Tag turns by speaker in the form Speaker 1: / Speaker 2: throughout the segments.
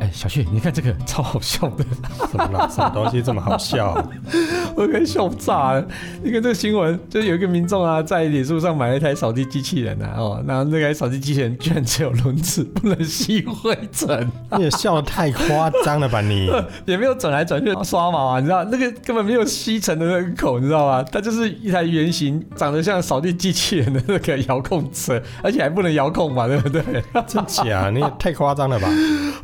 Speaker 1: 哎小旭，你看这个超好笑的，
Speaker 2: 什么啦？什么东西这么好笑、啊？
Speaker 1: 我给笑炸了。你看这个新闻，就是有一个民众啊，在脸书上买了一台扫地机器人啊，哦，然后那台扫地机器人居然只有轮子，不能吸灰尘，
Speaker 2: 你也笑得太夸张了吧你？
Speaker 1: 也没有转来转去刷毛啊，你知道那个根本没有吸尘的那个口，你知道吗？它就是一台圆形，长得像扫地机器人的那个遥控车，而且还不能遥控嘛，对不对？
Speaker 2: 真假？你也太夸张了吧？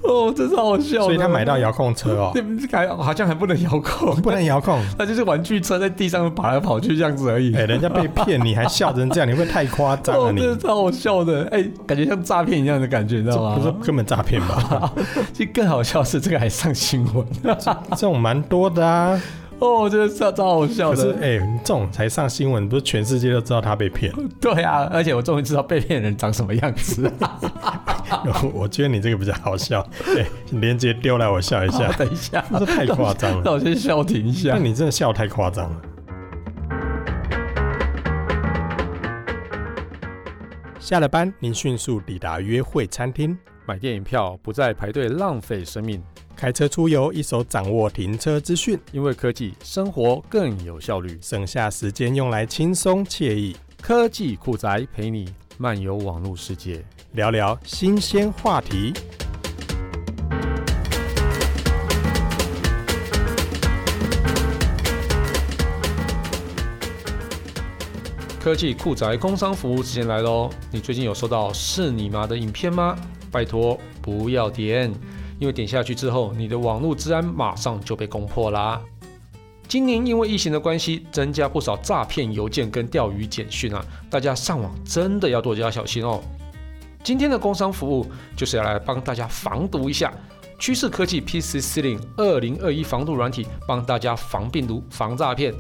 Speaker 1: 哦，真是好笑的。
Speaker 2: 所以他买到遥控车哦，
Speaker 1: 对，还好像还不能遥控，
Speaker 2: 不能遥控。
Speaker 1: 它就是玩具车在地上跑来跑去这样子 而已。
Speaker 2: 哎、人家被骗，你还笑成这样，你会不会太夸张了
Speaker 1: 哦，
Speaker 2: 你？
Speaker 1: 真的超好笑的，哎、感觉像诈骗一样的感觉，你知道吗？
Speaker 2: 不是根本诈骗吧？
Speaker 1: 其实更好笑是这个还上新闻，
Speaker 2: 这种蛮多的啊。
Speaker 1: 哦，我觉得超超好笑
Speaker 2: 可是
Speaker 1: 的。
Speaker 2: 哎、这种才上新闻，不是全世界都知道他被骗？
Speaker 1: 对啊，而且我终于知道被骗人长什么样子了。
Speaker 2: 我我觉得你这个比较好笑。哎、连接丢来我笑一下
Speaker 1: 好，等一下，
Speaker 2: 啊这太夸张了
Speaker 1: 那。我先消停一
Speaker 2: 那
Speaker 1: 下。
Speaker 2: 你真的笑太夸张了。下了班，您迅速抵达约会餐厅，
Speaker 3: 买电影票不再排队浪费生命，
Speaker 2: 开车出游，一手掌握停车资讯，
Speaker 3: 因为科技生活更有效率。
Speaker 2: 省下时间用来轻松惬意
Speaker 3: 科技酷宅陪你漫游网络世界。
Speaker 2: 聊聊新鲜话题。
Speaker 3: 科技酷宅工商服务时间来喽！你最近有收到是你妈的影片吗？拜托不要点，因为点下去之后，你的网络治安马上就被攻破啦。今年因为疫情的关系，增加不少诈骗邮件跟钓鱼简讯啊，大家上网真的要多加小心哦。今天的工商服务就是要来帮大家防毒一下。趋势科技 PC 四零二零二一防毒软体，帮大家防病毒、防诈骗。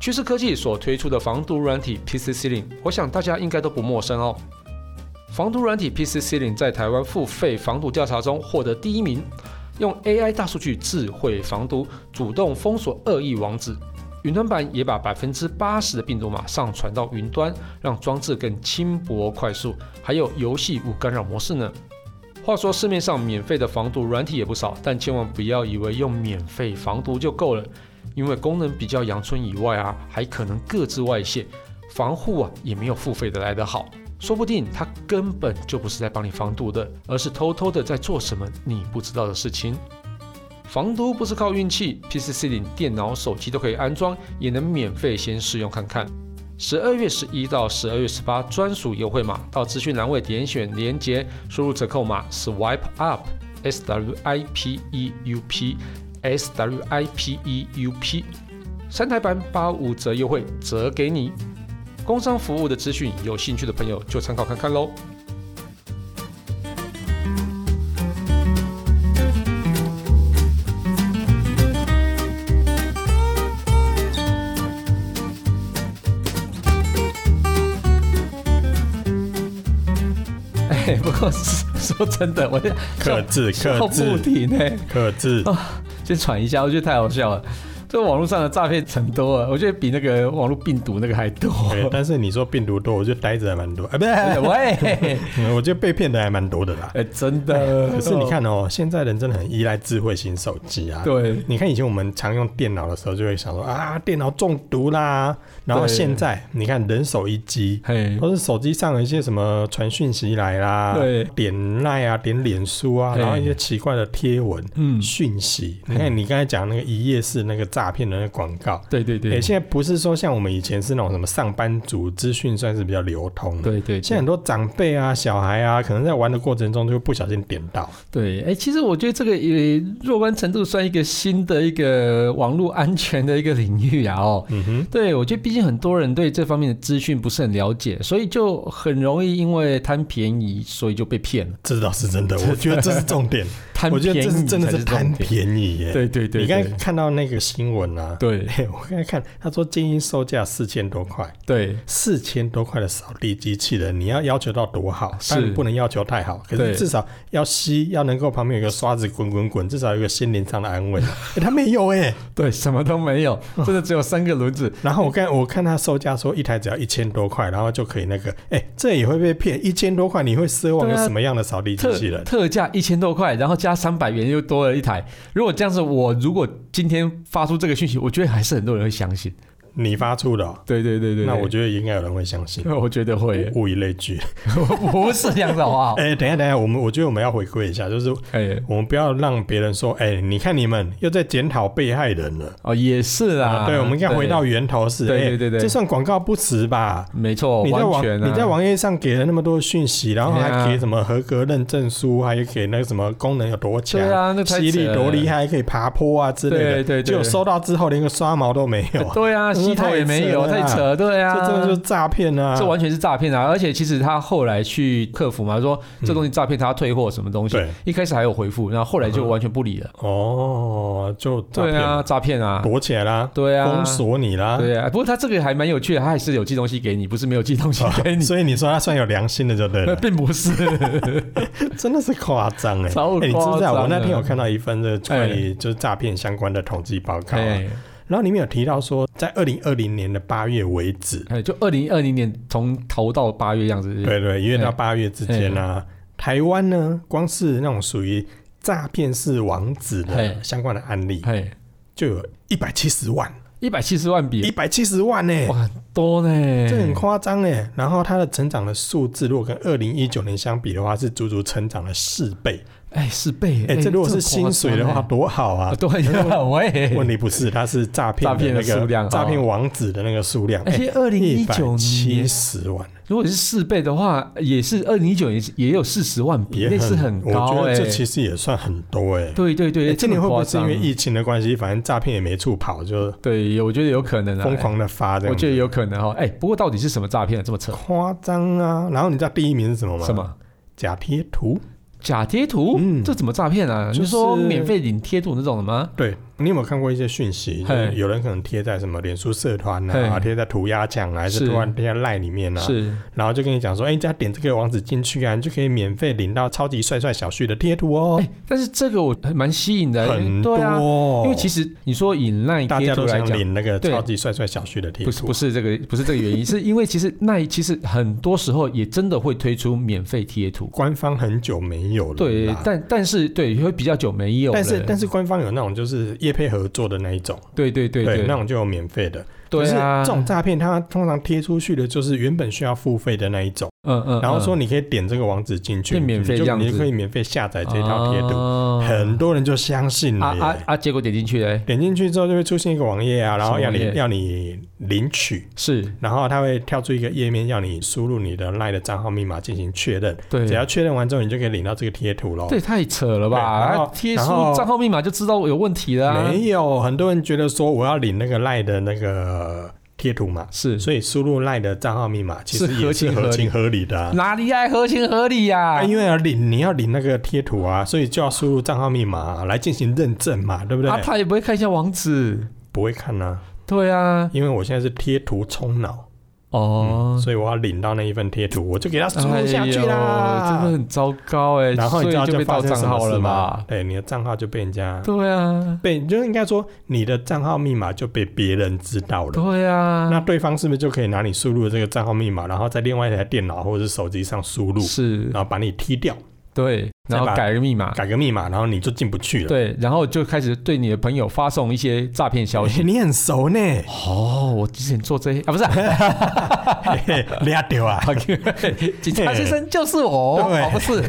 Speaker 3: 趋势科技所推出的防毒软体 PC C 零，我想大家应该都不陌生哦。防毒软体 PC C 零在台湾付费防毒调查中获得第一名，用 AI 大数据智慧防毒，主动封锁恶意网址。云端版也把百分之八十的病毒码上传到云端，让装置更轻薄快速，还有游戏无干扰模式呢。话说市面上免费的防毒软体也不少，但千万不要以为用免费防毒就够了。因为功能比较阳春以外啊，还可能各自外泄，防护啊也没有付费的来得好。说不定它根本就不是在帮你防毒的，而是偷偷的在做什么你不知道的事情。防毒不是靠运气，PCC 领电脑、手机都可以安装，也能免费先试用看看。十二月十一到十二月十八专属优惠码，到资讯栏位点选连结，输入折扣码 Swipe Up S W I P E U P S W I P E U P，三台版八五折优惠折给你。工商服务的资讯，有兴趣的朋友就参考看看喽。
Speaker 1: 哎、不过说真的，我这
Speaker 2: 克制，
Speaker 1: 笑
Speaker 2: 克
Speaker 1: 不
Speaker 2: 制，
Speaker 1: 停哎、
Speaker 2: 克制。
Speaker 1: 先喘一下，我觉得太好笑了。这网络上的诈骗很多啊，我觉得比那个网络病毒那个还多。
Speaker 2: 哎对，但是你说病毒多，我觉得呆子还蛮多，哎、不
Speaker 1: 对
Speaker 2: 对，
Speaker 1: 喂，
Speaker 2: 嗯我觉得被骗的还蛮多的啦。
Speaker 1: 哎，真的。
Speaker 2: 可是你，看哦，现在人真的很依赖智慧型手机啊。
Speaker 1: 对，
Speaker 2: 你看以前我们常用电脑的时候，就会想说啊，电脑中毒啦。然后
Speaker 1: 对
Speaker 2: 现在你看人手一机，
Speaker 1: 嘿，
Speaker 2: 或是手机上有一些什么传讯息来啦，
Speaker 1: 对
Speaker 2: 点赖啊，点脸书啊，
Speaker 1: 对
Speaker 2: 然后一些奇怪的贴文、
Speaker 1: 嗯，
Speaker 2: 讯息。你看你刚才讲那个一页式那个诈骗的那个广告。
Speaker 1: 对对对
Speaker 2: 诶，，现在不是说像我们以前是那种什么上班族资讯算是比较流通的，
Speaker 1: 对对，
Speaker 2: 嗯现在很多长辈啊、小孩啊，可能在玩的过程中就会不小心点到，
Speaker 1: 对，哎、其实我觉得这个也若干程度算一个新的一个网络安全的一个领域啊，哦。
Speaker 2: 嗯哼，
Speaker 1: 对，我觉得毕竟很多人对这方面的资讯不是很了解，所以就很容易因为贪便宜，所以就被骗了。
Speaker 2: 这倒是真的，我觉得这是重点，
Speaker 1: 贪
Speaker 2: 我
Speaker 1: 便宜
Speaker 2: 觉得这是真的
Speaker 1: 才
Speaker 2: 是贪
Speaker 1: 重点。
Speaker 2: 便宜耶。
Speaker 1: 对对对，
Speaker 2: 你刚才
Speaker 1: 对
Speaker 2: 看到那个新中文啊。
Speaker 1: 对
Speaker 2: 嘿 我刚才看，他说建议售价四千多块，
Speaker 1: 对
Speaker 2: 四千多块的扫地机器人，你要要求到多好？
Speaker 1: 是
Speaker 2: 当然不能要求太好，可
Speaker 1: 对
Speaker 2: 是至少要吸，要能够旁边有一个刷子滚滚滚，至少有一个心灵上的 安慰。诶他没有哎、
Speaker 1: 对，什么都没有，
Speaker 2: 嗯
Speaker 1: 真的只有三个轮子。
Speaker 2: 然后我看我看他售价说一台只要一千多块，然后就可以那个，哎、这也会被骗，一千多块你会奢望
Speaker 1: 对
Speaker 2: 有
Speaker 1: 啊
Speaker 2: 什么样的扫地机
Speaker 1: 特
Speaker 2: 器人？
Speaker 1: 特价一千多块，然后加三百元又多了一台。如果这样子，我如果今天发出这个讯息，我觉得还是很多人会相信。
Speaker 2: 你发出的哦、
Speaker 1: 对对对对，
Speaker 2: 那我觉得应该有人会 相信。
Speaker 1: 得我觉得会 耶，
Speaker 2: 物以类聚。
Speaker 1: 不是这样子好不好？
Speaker 2: 哎、等一下，等一下，我们我觉得我们要回归一下，就是
Speaker 1: 哎，
Speaker 2: 我们不要让别人说，哎、你看你们又在检讨被害人了
Speaker 1: 哦，也是啊，
Speaker 2: 对，我们应该回到源头是，
Speaker 1: 对
Speaker 2: 哎、
Speaker 1: 对对对
Speaker 2: 这算广告不实吧？
Speaker 1: 没错，
Speaker 2: 你在
Speaker 1: 完
Speaker 2: 网、
Speaker 1: 全啊，
Speaker 2: 你在网页上给了那么多讯息，然后
Speaker 1: 对啊
Speaker 2: 还给什么合格认证书，还给那个什么功能有多强，
Speaker 1: 对啊，那才
Speaker 2: 吸力多厉
Speaker 1: 害。
Speaker 2: 害，还可以爬坡啊之类的，
Speaker 1: 对对对
Speaker 2: 结果收到之后连个刷毛都没有，
Speaker 1: 对啊，
Speaker 2: 那是
Speaker 1: 吸头也没有，
Speaker 2: 太
Speaker 1: 太
Speaker 2: 扯
Speaker 1: 扯，对啊，
Speaker 2: 这真的就是诈骗啊！
Speaker 1: 这完全是诈骗啊！而且其实他后来去客服嘛，说这东西诈骗，他要退货什么东西，
Speaker 2: 对
Speaker 1: 一开始还有回复，然后后来就完全不理了。
Speaker 2: 哦，就诈
Speaker 1: 对
Speaker 2: 骗
Speaker 1: 啊，
Speaker 2: 嘛，
Speaker 1: 诈骗啊，
Speaker 2: 躲起来啦，
Speaker 1: 对啊，
Speaker 2: 封锁你啦，
Speaker 1: 对啊，不过他这个还蛮有趣的，他还是有寄东西给你，不是没有寄东西给你，
Speaker 2: 所以你说他算有良心的就对
Speaker 1: 那
Speaker 2: 了，
Speaker 1: 并不是。
Speaker 2: 真的是夸张哎！
Speaker 1: 超夸张的
Speaker 2: 哎你知不知道我那天有看到一份这个关
Speaker 1: 哎
Speaker 2: 于就是诈骗相关的统计报告啊、
Speaker 1: 哎，
Speaker 2: 然后里面有提到说，在二零二零年的八月为止，
Speaker 1: 哎就二零二零年从头到八月这样子，
Speaker 2: 对对，一月到八月之间
Speaker 1: 哎
Speaker 2: 啊，台湾呢光是那种属于诈骗式网址
Speaker 1: 哎
Speaker 2: 的相关的案例
Speaker 1: 哎，
Speaker 2: 就有一百七十万，
Speaker 1: 一百七十万
Speaker 2: 一
Speaker 1: 笔，
Speaker 2: 百七十万呢、
Speaker 1: 哇，很多呢，
Speaker 2: 这很夸张哎，然后它的成长的数字，如果跟二零一九年相比的话，是足足成长了四倍。
Speaker 1: 哎，四倍，
Speaker 2: 哎、这如果是薪水的话，
Speaker 1: 很夸张
Speaker 2: 多好啊
Speaker 1: 哎，！对 啊，
Speaker 2: 问
Speaker 1: 喂，
Speaker 2: 题不是，它是诈骗的
Speaker 1: 诈骗的数
Speaker 2: 那
Speaker 1: 量
Speaker 2: 个
Speaker 1: 哦
Speaker 2: 诈骗网址的那个数量，
Speaker 1: 而
Speaker 2: 哎
Speaker 1: 且二零一九
Speaker 2: 七
Speaker 1: 年
Speaker 2: 十万，
Speaker 1: 如果是四倍的话，也是二零一九也是也有四十万笔，
Speaker 2: 也
Speaker 1: 那
Speaker 2: 很，
Speaker 1: 是很
Speaker 2: 我觉
Speaker 1: 高哎、
Speaker 2: 得这其实也算很多哎、
Speaker 1: 对对对，
Speaker 2: 哎今年会不会是因为
Speaker 1: 疫？
Speaker 2: 疫情的关系，反正诈骗也没处跑，就
Speaker 1: 对，我觉得有可能啊，
Speaker 2: 疯狂的发这
Speaker 1: 哎哎，我
Speaker 2: 样
Speaker 1: 觉
Speaker 2: 子，
Speaker 1: 得有可能哈、哦。哎，不过到底是什么诈骗啊这么扯？
Speaker 2: 夸张啊！然后你知道第一名是什么吗？
Speaker 1: 什？么
Speaker 2: 假贴图。
Speaker 1: 假贴图？
Speaker 2: 嗯
Speaker 1: 这怎么诈骗啊？
Speaker 2: 就是
Speaker 1: 你说免费领贴图那种的吗？
Speaker 2: 对你有没有看过一些讯息？就
Speaker 1: 嘿
Speaker 2: 是有人可能贴在什么脸书社团
Speaker 1: 嘿
Speaker 2: 啊，贴在涂鸦墙啊，还
Speaker 1: 是
Speaker 2: 是突然贴在赖里面啊？
Speaker 1: 是，
Speaker 2: 然后就跟你讲说，哎、你只要点这个网址进去啊，你就可以免费领到超级帅帅小旭的贴图哦
Speaker 1: 哎，，但是这个我还蛮吸引的，因
Speaker 2: 很
Speaker 1: 为
Speaker 2: 多、
Speaker 1: 对啊，因为其
Speaker 2: 实
Speaker 1: 实你说引赖
Speaker 2: 大
Speaker 1: 贴
Speaker 2: 家
Speaker 1: 图
Speaker 2: 都
Speaker 1: 来
Speaker 2: 想
Speaker 1: 讲。
Speaker 2: 领那个
Speaker 1: 对
Speaker 2: 超级帅帅小旭的贴图，
Speaker 1: 不是不是这个不是这个 原因，是因为其实那其实很多时候也真的会推出免费贴图，
Speaker 2: 官方很久没有了啦，
Speaker 1: 对，但但是对会比较久没有了，
Speaker 2: 但是但是官方有那种就是业配合作的那一种，
Speaker 1: 对对对对，
Speaker 2: 那种就有免费的，
Speaker 1: 对啊，
Speaker 2: 可是这种诈骗它通常贴出去的就是原本需要付费的那一种，
Speaker 1: 嗯嗯，
Speaker 2: 然后说
Speaker 1: 嗯
Speaker 2: 你可以点这个网址进去，
Speaker 1: 变免费
Speaker 2: 你就
Speaker 1: 这样子
Speaker 2: 你就可以免费下载这套贴图，
Speaker 1: 哦
Speaker 2: 很多人就相信
Speaker 1: 啊
Speaker 2: 了耶。
Speaker 1: 啊啊，结果点进去嘞，
Speaker 2: 点进去之后就会出现一个网页啊，然后要
Speaker 1: 什么
Speaker 2: 你
Speaker 1: 网页
Speaker 2: 要你领取，
Speaker 1: 是
Speaker 2: 然后它会跳出一个页面，要你输入你的 LINE 的账号密码进行确认。
Speaker 1: 对，
Speaker 2: 只要确认完之后，你就可以领到这个贴图喽。
Speaker 1: 这也太扯了吧！
Speaker 2: 对然后
Speaker 1: 啊贴出
Speaker 2: 然后
Speaker 1: 账号密码就知道有问题了、啊，
Speaker 2: 没有，很多人觉得说我要领那个 LINE 的那个贴图嘛，
Speaker 1: 是
Speaker 2: 所以输入 LINE 的账号密码其实
Speaker 1: 是合
Speaker 2: 也
Speaker 1: 情
Speaker 2: 是
Speaker 1: 合理
Speaker 2: 合情合理的啊。
Speaker 1: 哪里来合情合理呀、
Speaker 2: 啊因为要领你要领那个贴图啊，所以就要输入账号密码、来进行认证嘛，对不对？
Speaker 1: 啊，他也不会看一下网址，
Speaker 2: 不会看啊，
Speaker 1: 对啊，
Speaker 2: 因为我现在是贴图冲脑，
Speaker 1: 哦，
Speaker 2: 所以我要领到那一份贴图，我就给嗯它输入下去
Speaker 1: 哎呦
Speaker 2: 啦。
Speaker 1: 真的很糟糕哎、
Speaker 2: 然后
Speaker 1: 所
Speaker 2: 你知道
Speaker 1: 以就被
Speaker 2: 发
Speaker 1: 盗
Speaker 2: 生
Speaker 1: 账
Speaker 2: 什
Speaker 1: 号
Speaker 2: 么事
Speaker 1: 了
Speaker 2: 吗
Speaker 1: 吧？？
Speaker 2: 对，你的账号就被人家
Speaker 1: 对啊，
Speaker 2: 被，就应该说你的账号密码就被别人知道了。
Speaker 1: 对
Speaker 2: 那
Speaker 1: 啊，
Speaker 2: 对方是不是就可以拿你输入的这个账号密码，然后在另外一台电脑或者是手机上输入，
Speaker 1: 是，
Speaker 2: 然后把你踢掉，
Speaker 1: 对，然后
Speaker 2: 再把
Speaker 1: 改个密码，
Speaker 2: 改个密码，然后你就进不去了。
Speaker 1: 对，然后就开始对你的朋友发送一些诈骗消息。
Speaker 2: 欸 你很熟呢，
Speaker 1: 哦，我之前做这些啊，不 是啊、
Speaker 2: 嘿嘿抓 丢啊！
Speaker 1: 警察先生就是我，
Speaker 2: 对
Speaker 1: 哦不是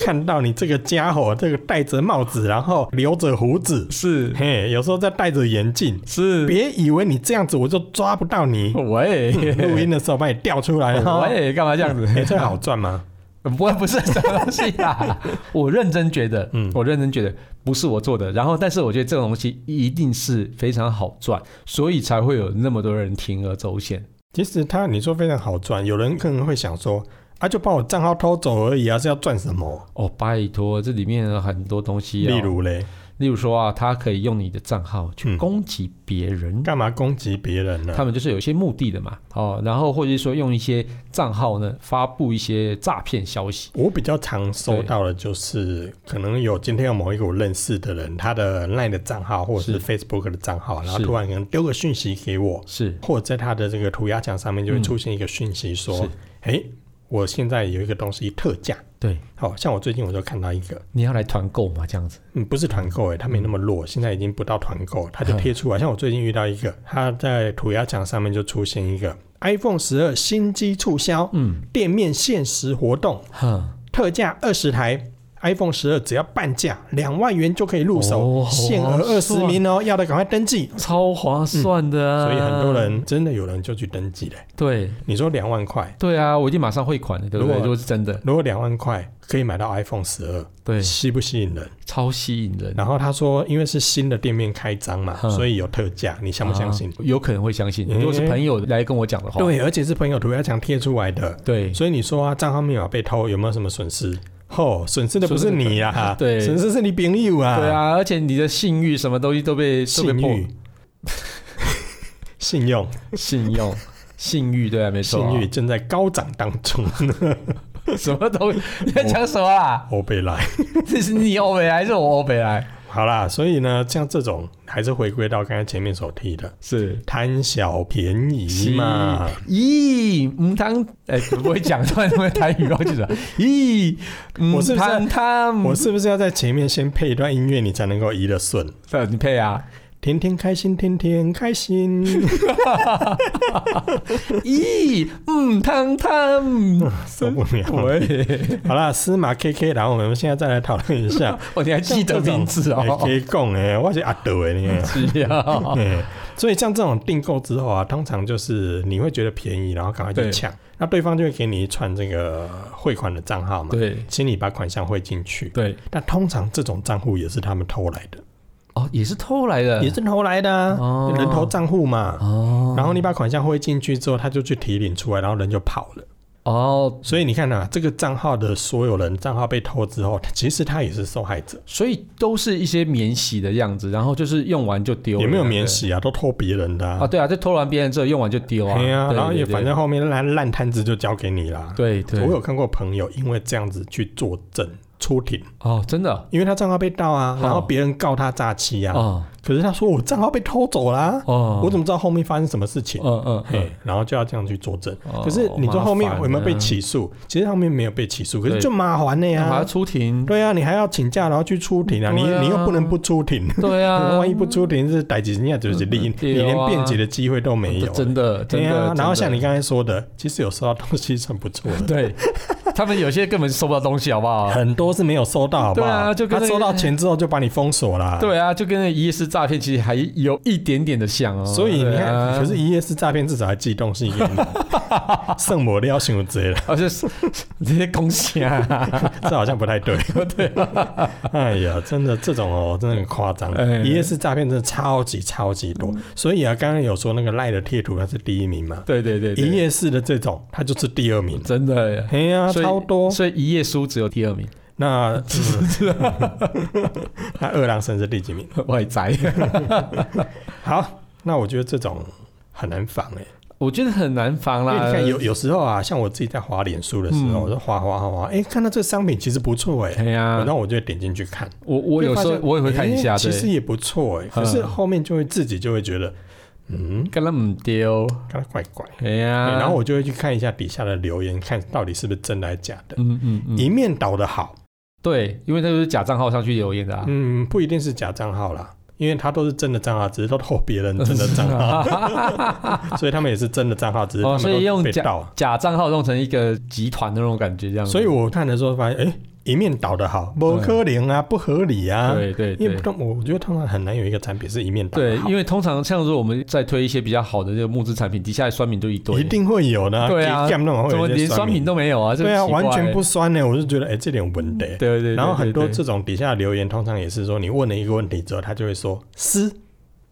Speaker 2: 看到你这个家伙，这个戴着帽子，然后留着胡子，
Speaker 1: 是
Speaker 2: 嘿，有时候再戴着眼镜，
Speaker 1: 是，
Speaker 2: 别以为你这样子我就抓不到 你。
Speaker 1: 喂
Speaker 2: 录音的时候把你调出来 哈，
Speaker 1: 喂，干嘛这样子？
Speaker 2: 哎，这好赚吗？
Speaker 1: 不不是什么东西 啦，我认真觉得，
Speaker 2: 嗯
Speaker 1: 我认真觉得不是我做的。然后，但是我觉得这种东西一定是非常好赚，所以才会有那么多人铤而走险。
Speaker 2: 其实他你说非常好赚，有人可能会想说，啊，就把我账号偷走而已啊，是要赚什么？
Speaker 1: 哦，拜托，这里面有很多东西、啊，
Speaker 2: 例如嘞，
Speaker 1: 例如说啊，他可以用你的账号去
Speaker 2: 嗯
Speaker 1: 攻击别人，
Speaker 2: 干嘛攻击别人呢、
Speaker 1: 他们就是有一些目的的嘛，哦，然后或者是说用一些账号呢发布一些诈骗消息，
Speaker 2: 我比较常收到的就是，可能有今天有某一个我认识的人，他的 LINE 的账号或者是 Facebook 的账号，然后
Speaker 1: 是
Speaker 2: 突然可能丢个讯息给我，
Speaker 1: 是
Speaker 2: 或者在他的这个涂鸦墙上面就会出现一个讯息说
Speaker 1: 是，
Speaker 2: 哎、我现在有一个东西特价，
Speaker 1: 对，
Speaker 2: 好、像我最近我就看到一个，
Speaker 1: 你要来团购嘛，这样子，
Speaker 2: 嗯，不是团购哎，它没那么
Speaker 1: 嗯
Speaker 2: 弱，现在已经不到团购，它就贴出 来。像我最近遇到一个，它在涂鸦墙上面就出现一个 iPhone 十二新机促销，
Speaker 1: 嗯，
Speaker 2: 店面限时活动，
Speaker 1: 哼，
Speaker 2: 特价二十台 iPhone 十二只要半价，两万元就可以入手，
Speaker 1: 哦
Speaker 2: 限额
Speaker 1: 好划
Speaker 2: 二十
Speaker 1: 算
Speaker 2: 名哦，要的赶快登记。
Speaker 1: 超划算的、啊
Speaker 2: 嗯所以很多人真的有人就去登记嘞。
Speaker 1: 对
Speaker 2: 你说两万块，
Speaker 1: 对啊，我一定马上汇款的，对不
Speaker 2: 如
Speaker 1: 对？
Speaker 2: 果
Speaker 1: 如果是真的，
Speaker 2: 如果两万块可以买到 iPhone 十二，
Speaker 1: 对，
Speaker 2: 吸不吸引人？
Speaker 1: 超吸引人，
Speaker 2: 然后他说，因为是新的店面开张嘛，
Speaker 1: 嗯
Speaker 2: 所以有特价，你相不相信
Speaker 1: 啊？有可能会相信，
Speaker 2: 嗯
Speaker 1: 如果是朋友来跟我讲的话，
Speaker 2: 对，而且是朋友涂鸦墙贴出来的，
Speaker 1: 对
Speaker 2: 所以你说啊，账号密码被偷有没有什么损失？吼，损失的不是你呀、啊，
Speaker 1: 对
Speaker 2: 损失是你朋友啊，
Speaker 1: 对，啊，而且你的信誉什么东西都被都被
Speaker 2: 信
Speaker 1: 破
Speaker 2: 誉、 信用、
Speaker 1: 信用、信誉，对啊，没错啊，
Speaker 2: 信誉正在高涨当中，
Speaker 1: 什么东西？你在讲什么 啊？
Speaker 2: 欧贝莱。
Speaker 1: 这是你欧北来还是我欧北啊来？
Speaker 2: 好啦，所以呢，像这种还是回归到刚才前面所提的，
Speaker 1: 是。
Speaker 2: 贪小便宜嘛，
Speaker 1: 咦，唔汤，哎，不会讲，突然那个台语忘 记了。咦，
Speaker 2: 我是不是
Speaker 1: 汤汤，
Speaker 2: 我是不是要在前面先配一段音乐，你才能够移得顺？
Speaker 1: 对你配啊。
Speaker 2: 天天开心，天天 开心。
Speaker 1: 咦，嗯，汤 汤，
Speaker 2: 受哦不了。
Speaker 1: 喂，
Speaker 2: 好啦，司马 KK，然后我们现在再来讨论一下
Speaker 1: 哦，你还 记得名字 哦？
Speaker 2: k 讲哎，我是阿德哎，你看。
Speaker 1: 是啊，
Speaker 2: 嗯，所以像这种订购之后啊，通常就是你会觉得便宜，然后赶快去
Speaker 1: 对
Speaker 2: 抢，那对方就会给你一串这个汇款的账号嘛，，
Speaker 1: 对
Speaker 2: 请你把款项汇进去。
Speaker 1: 对，
Speaker 2: 但通常这种账户也是他们偷来的，
Speaker 1: 哦，也是偷来的，
Speaker 2: 也是偷来的、啊，
Speaker 1: 哦
Speaker 2: 人头账户嘛。
Speaker 1: 哦
Speaker 2: 然后你把款项汇进去之后，他就去提领出来，然后人就跑了。
Speaker 1: 哦，
Speaker 2: 所以你看啊，这个账号的所有人账号被偷之后，其实他也是受害者，
Speaker 1: 所以都是一些免洗的样子，然后就是用完就丢了，
Speaker 2: 也没有免
Speaker 1: 对
Speaker 2: 洗啊，都偷别人的
Speaker 1: 啊，
Speaker 2: 啊。
Speaker 1: 对啊，就偷完别人之后用完就丢啊，
Speaker 2: 对啊，
Speaker 1: 对
Speaker 2: 然后也
Speaker 1: 对
Speaker 2: 反正后面烂烂摊子就交给你啦。
Speaker 1: 对对，
Speaker 2: 我有看过朋友因为这样子去作证出庭，
Speaker 1: 哦，真的啊
Speaker 2: 因为他账号被盗啊，
Speaker 1: 哦
Speaker 2: 然后别人告他诈欺啊，
Speaker 1: 哦
Speaker 2: 可是他说我账号被偷走啦、
Speaker 1: 哦，
Speaker 2: 我怎么知道后面发生什么事情？
Speaker 1: 嗯嗯
Speaker 2: 嘿，然后就要这样去作证。
Speaker 1: 哦
Speaker 2: 可是你说后面
Speaker 1: 麻烦
Speaker 2: 有没有被
Speaker 1: 啊
Speaker 2: 起诉？其实后面没有被起诉，可是
Speaker 1: 对
Speaker 2: 就麻烦了
Speaker 1: 嗯，还要
Speaker 2: 呀。
Speaker 1: 出庭，
Speaker 2: 对啊，你还要请假，然后去出庭啊，你
Speaker 1: 对啊
Speaker 2: 你又不能不出庭。
Speaker 1: 对啊，
Speaker 2: 万一不出庭，是逮几人家就是利，
Speaker 1: 嗯
Speaker 2: 你
Speaker 1: 对啊
Speaker 2: 连辩解的机会都没有。欸
Speaker 1: 真的真的，
Speaker 2: 对啊，
Speaker 1: 真的
Speaker 2: 然后像你刚才说的，其实有收到东西算不错的。
Speaker 1: 对，他们有些根本收不到东西，好不好？
Speaker 2: 很多是没有收到，好不好？
Speaker 1: 对啊就跟
Speaker 2: 他
Speaker 1: 那个
Speaker 2: 收到钱之后就把你封锁啦。、
Speaker 1: 对啊，就跟那一夜式诈骗其实还有一点点的像哦，
Speaker 2: 所以你
Speaker 1: 对
Speaker 2: 看，
Speaker 1: 啊
Speaker 2: 可是一夜是诈骗，至少还寄东西给你，圣母的要求贼了，
Speaker 1: 而且哦 这些恭喜啊，
Speaker 2: 这好像不太对。
Speaker 1: 对啊
Speaker 2: 哎呀，真的这种哦，真的很夸张
Speaker 1: 哎。嗯
Speaker 2: 一夜是诈骗真的超级超级多，所以啊，刚刚有说那个赖的贴图它是第一名嘛，
Speaker 1: 对对对，对
Speaker 2: 一夜式的这种它就是第二名。
Speaker 1: 真的耶。
Speaker 2: 哎呀，
Speaker 1: 所以
Speaker 2: 超多。
Speaker 1: 所以一页书只有第二名，
Speaker 2: 那嗯 那二郎神是第几名？
Speaker 1: 外宅。
Speaker 2: 好，那我觉得这种很难防哎、
Speaker 1: 我觉得很难防
Speaker 2: 因为
Speaker 1: 啦。
Speaker 2: 你看有有时候啊，像我自己在滑脸书的时候，
Speaker 1: 嗯
Speaker 2: 我就滑滑滑滑，哎、看到这个商品其实不错哎、
Speaker 1: 哎呀
Speaker 2: 然，后我就会点进去看。
Speaker 1: 我我有时
Speaker 2: 就
Speaker 1: 候
Speaker 2: 发现
Speaker 1: 我也会看一下，
Speaker 2: 诶其实
Speaker 1: 对，嗯
Speaker 2: 也不错哎、可是后面就会自己就会觉得，嗯，
Speaker 1: 跟他们丢，
Speaker 2: 看它怪怪、
Speaker 1: 哎
Speaker 2: 诶
Speaker 1: 呀，
Speaker 2: 然后我就会去看一下底下的留言，看到底是不是真的还是假的。
Speaker 1: 嗯嗯嗯，
Speaker 2: 一面倒的好，
Speaker 1: 对，因为他就是假账号上去留言的啊，
Speaker 2: 嗯，不一定是假账号啦，因为他都是真的账号，只是都偷别人 真的账号， 所以他们也是真的账号，只是
Speaker 1: 嗯
Speaker 2: 他
Speaker 1: 哦，
Speaker 2: 们
Speaker 1: 所以
Speaker 2: 都
Speaker 1: 用
Speaker 2: 被盗
Speaker 1: 假嗯
Speaker 2: 了。
Speaker 1: 假账号弄成一个集团的那种感觉，这样子。
Speaker 2: 所以我看的时候发现，哎、一面倒的好，不可能啊，不合理啊。
Speaker 1: 对对
Speaker 2: 因为
Speaker 1: 对
Speaker 2: 不通，我觉得通常很难有一个产品是一面倒
Speaker 1: 对
Speaker 2: 的，好
Speaker 1: 因为通常像是我们在推一些比较好的这个募资产品，底下的酸民都一堆，
Speaker 2: 一定会有的、
Speaker 1: 对啊
Speaker 2: 给 Gam 那种会
Speaker 1: 怎么
Speaker 2: 有一些
Speaker 1: 连酸
Speaker 2: 酸
Speaker 1: 民
Speaker 2: 民
Speaker 1: 都没有啊？这个
Speaker 2: 对啊，
Speaker 1: 奇怪嗯
Speaker 2: 完全不酸呢、我就觉得，哎、这点稳的、
Speaker 1: 对对对，
Speaker 2: 然后很多
Speaker 1: 对对
Speaker 2: 这种底下的留
Speaker 1: 哦
Speaker 2: 言，通常也是说，你问了一个问题之后，他就会说“是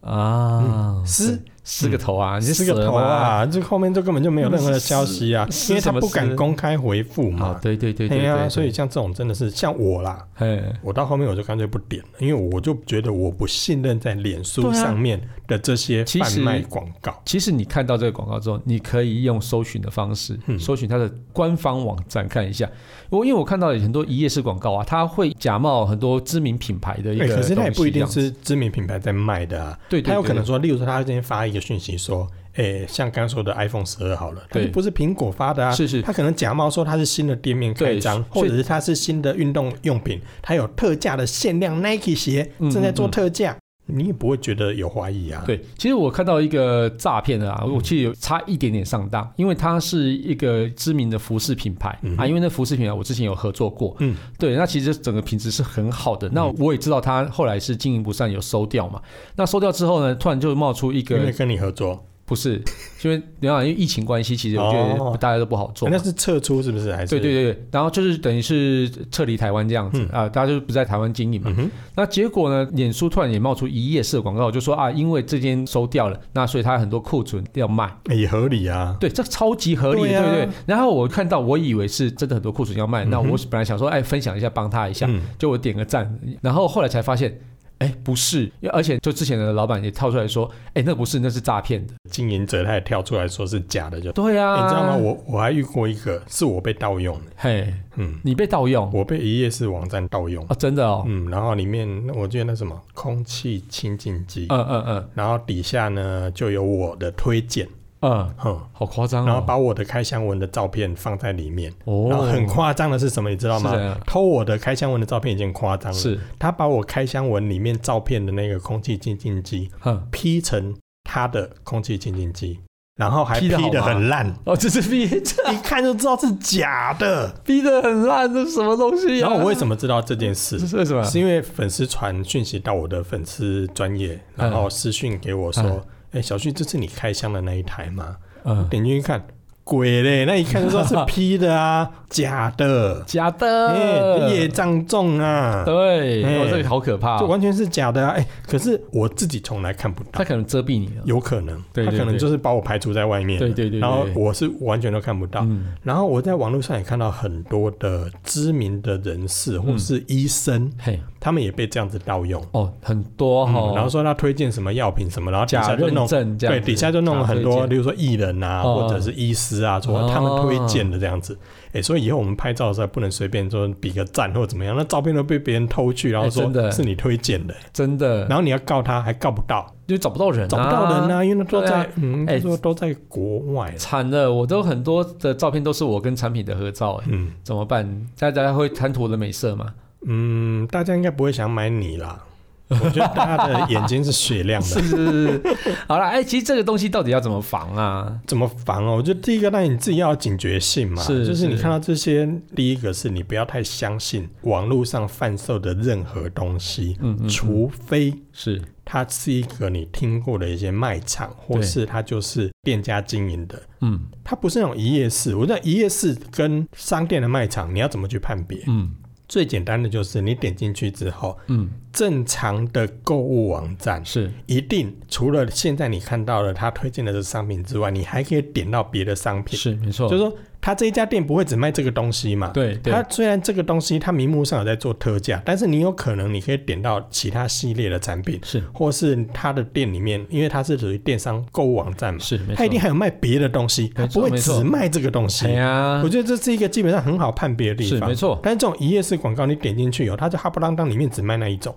Speaker 1: 啊
Speaker 2: 是
Speaker 3: 撕个头啊，你是
Speaker 2: 是个
Speaker 3: 死了
Speaker 2: 头
Speaker 3: 吗？
Speaker 2: 啊，这后面就根本就没有任何的消息啊，
Speaker 3: 撕
Speaker 2: 因为他
Speaker 3: 什么
Speaker 2: 不敢
Speaker 3: 撕
Speaker 2: 公开回复
Speaker 3: 啊
Speaker 1: 哦
Speaker 2: 嘛，。
Speaker 3: 对对对对
Speaker 2: 哎呀
Speaker 3: 对，
Speaker 2: 所以像这种真的是像我啦，
Speaker 3: 哎，
Speaker 2: 我到后面我就干脆不点了，因为我就觉得我不信任在脸
Speaker 3: 对
Speaker 2: 书
Speaker 3: 啊
Speaker 2: 上面的这些
Speaker 3: 其
Speaker 2: 贩
Speaker 3: 实
Speaker 2: 卖广告。
Speaker 3: 其实你看到这个广告之后，你可以用搜寻的方式，
Speaker 2: 嗯
Speaker 3: 搜寻它的官方网站看一下。我因为我看到有很多一页式广告啊，它会假冒很多知名品牌的一个
Speaker 2: 哎，
Speaker 3: 东西、
Speaker 2: 可是它也不一定，是知名品牌在卖的啊，
Speaker 3: 对对对
Speaker 2: 它有可能
Speaker 3: 对
Speaker 2: 说，例如说他今天发一个讯息说，哎，像刚刚说的 iPhone 十二好了，它
Speaker 3: 对
Speaker 2: 就不是苹果发的啊，
Speaker 3: 是是
Speaker 2: 它可能假冒说它是新的店面开张，
Speaker 3: 对所
Speaker 2: 或
Speaker 3: 以
Speaker 2: 者是它是新的运动用品，它有特价的限量 Nike 鞋
Speaker 3: 嗯
Speaker 2: 正在
Speaker 3: 嗯
Speaker 2: 做
Speaker 3: 嗯
Speaker 2: 特价，你也不会觉得有怀疑啊。
Speaker 3: 对，其实我看到一个诈骗的啊，我
Speaker 2: 嗯
Speaker 3: 其实有差一点点上当，因为它是一个知名的服饰品牌、
Speaker 2: 嗯
Speaker 3: 啊，因为那服饰品牌我之前有合作过，
Speaker 2: 嗯，
Speaker 3: 对，那其实整个品质是很好的。那我也知道它后来是经营不善，有收掉嘛。那收掉之后呢，突然就冒出一
Speaker 2: 因为
Speaker 3: 个
Speaker 2: 跟你合作，
Speaker 3: 不是，因为你看，因为疫情关系，其实我觉
Speaker 2: 哦
Speaker 3: 得大家都不好做嘛。
Speaker 2: 那是撤出是不是？还是
Speaker 3: 对对对，对然后就是等于是撤离台湾这样子啊、大家就是不在台湾经营嘛。
Speaker 2: 嗯哼，
Speaker 3: 那结果呢？脸书突然也冒出一页式的广告，就说啊，因为这间收掉了，那所以它很多库存要卖。
Speaker 2: 哎也合理啊。
Speaker 3: 对，这超级合理，
Speaker 2: 对
Speaker 3: 对
Speaker 2: 啊
Speaker 3: 不对？然后我看到，我以为是真的很多库存要卖，那我本来想说，哎，分享一下，帮他一下，
Speaker 2: 嗯
Speaker 3: 就我点个赞。然后后来才发现，哎，不是，因为而且就之前的老板也跳出来说，哎，那不是，那是诈骗的。
Speaker 2: 经营者他也跳出来说是假的就，
Speaker 3: 对啊，
Speaker 2: 你知道吗？？我我还遇过一个是我被盗用的，
Speaker 3: 嘿，
Speaker 2: 嗯，
Speaker 3: 你被盗用
Speaker 2: 我被一页式网站盗用，
Speaker 3: 啊？真的哦？
Speaker 2: 嗯，然后里面我记得那什么空气清净机，
Speaker 3: 嗯嗯嗯
Speaker 2: 然后底下呢就有我的推荐，
Speaker 3: 嗯，
Speaker 2: 嗯，
Speaker 3: 好夸张哦！
Speaker 2: 然后把我的开箱文的照片放在里面，
Speaker 3: 哦，
Speaker 2: 然后很夸张的是什么，你知道
Speaker 3: 是
Speaker 2: 吗
Speaker 3: 怎样？
Speaker 2: 偷我的开箱文的照片已经夸张了，
Speaker 3: 是，
Speaker 2: 他把我开箱文里面照片的那个空气清净机
Speaker 3: 哼，
Speaker 2: P 成他的空气清净机，然后还 P
Speaker 3: P 得好
Speaker 2: 的
Speaker 3: 吗
Speaker 2: 很烂，
Speaker 3: 哦，这是逼 这
Speaker 2: 一看就知道是假的。
Speaker 3: 逼得很烂，这是什么东西啊？
Speaker 2: 然后我为什么知道这件事
Speaker 3: 这？是为什么？
Speaker 2: 是因为粉丝传讯息到我的粉丝专业，
Speaker 3: 嗯
Speaker 2: 然后私讯给我说
Speaker 3: 嗯：“
Speaker 2: 哎、小旭，这是你开箱的那一台吗
Speaker 3: 嗯？”，
Speaker 2: 点进去看，鬼嘞！那一看就知道是 P 的 啊，假的，
Speaker 3: 假
Speaker 2: 哎、
Speaker 3: 的，
Speaker 2: 业障重啊，
Speaker 3: 嗯对，
Speaker 2: 哎
Speaker 3: 哦，这个好可怕
Speaker 2: 这
Speaker 3: 哦。
Speaker 2: 完全是假的啊！哎、可是我自己从来看不到
Speaker 3: 他，可能遮蔽你了。
Speaker 2: 有可能
Speaker 3: 嗯对对
Speaker 2: 他可能
Speaker 3: 对
Speaker 2: 就是把我排除在外面，
Speaker 3: 对对对对
Speaker 2: 然后
Speaker 3: 对
Speaker 2: 我是完全都看不到。
Speaker 3: 嗯，
Speaker 2: 然后我在网络上也看到很多的知名的人士
Speaker 3: 嗯
Speaker 2: 或是医生，
Speaker 3: 嘿，
Speaker 2: 他们也被这样子盗用。
Speaker 3: 哦，很多哈
Speaker 2: 嗯，然后说他推荐什么药品什么，然后底
Speaker 3: 假
Speaker 2: 下就
Speaker 3: 认
Speaker 2: 弄
Speaker 3: 证这样
Speaker 2: 对，
Speaker 3: 子，
Speaker 2: 底下就弄了很
Speaker 3: 假
Speaker 2: 多，
Speaker 3: 推
Speaker 2: 比
Speaker 3: 荐
Speaker 2: 如说艺人啊，
Speaker 3: 哦
Speaker 2: 或者是医师啊，说他们推荐的这样子。哎，所以以后我们拍照的时候不能随便说比个赞或怎么样，那照片都被别人偷去，然后
Speaker 3: 哎真的
Speaker 2: 说是你推荐的，
Speaker 3: 真的，
Speaker 2: 然后你要告他还告不到，
Speaker 3: 就找不到人，
Speaker 2: 找不到人。啊，因为都
Speaker 3: 对
Speaker 2: 在
Speaker 3: 啊
Speaker 2: 嗯，
Speaker 3: 哎
Speaker 2: 就说都在国外了，
Speaker 3: 惨了，我都很多的照片都是我跟产品的合照，哎，
Speaker 2: 嗯
Speaker 3: 怎么办？大家会贪图我的美色 嘛？
Speaker 2: 嗯，大家应该不会想买你啦。我觉得大家的眼睛是雪亮
Speaker 3: 是
Speaker 2: 的，
Speaker 3: 是是是。好了，哎，其实这个东西到底要怎么防啊？
Speaker 2: 怎么防哦？我觉得第一个，那你自己要有警觉性嘛，
Speaker 3: 是
Speaker 2: 就是你
Speaker 3: 是
Speaker 2: 看到这些，第一个是你不要太相信网络上贩售的任何东西，
Speaker 3: 嗯嗯，
Speaker 2: 除非
Speaker 3: 是
Speaker 2: 它是一个你听过的一些卖场，或
Speaker 3: 对
Speaker 2: 是它就是店家经营的，
Speaker 3: 嗯
Speaker 2: 它不是那种一夜市。我觉得一夜市跟商店的卖场，你要怎么去判别？
Speaker 3: 嗯
Speaker 2: 最简单的就是你点进去之后，
Speaker 3: 嗯，
Speaker 2: 正常的购物网站。
Speaker 3: 是
Speaker 2: 一定除了现在你看到了他推荐的这商品之外，你还可以点到别的商品。
Speaker 3: 是没错，
Speaker 2: 就是说，他这一家店不会只卖这个东西嘛？。
Speaker 3: 嗯对对，
Speaker 2: 他虽然这个东西他明目上有在做特价，但是你有可能你可以点到其他系列的产品，
Speaker 3: 是
Speaker 2: 或是他的店里面，因为它是属于电商购物网站嘛，
Speaker 3: 是没
Speaker 2: 他一定
Speaker 3: 错。
Speaker 2: 还有卖别的东西，
Speaker 3: 没
Speaker 2: 他
Speaker 3: 错
Speaker 2: 不会
Speaker 3: 没错
Speaker 2: 只卖这个东西
Speaker 3: 哎。呀
Speaker 2: 我，觉得这是一个基本上很好判别的地
Speaker 3: 是
Speaker 2: 方。
Speaker 3: 没错。
Speaker 2: 但是这种一页式广告，你点进去有，它就哈不啷当里面只卖那一种。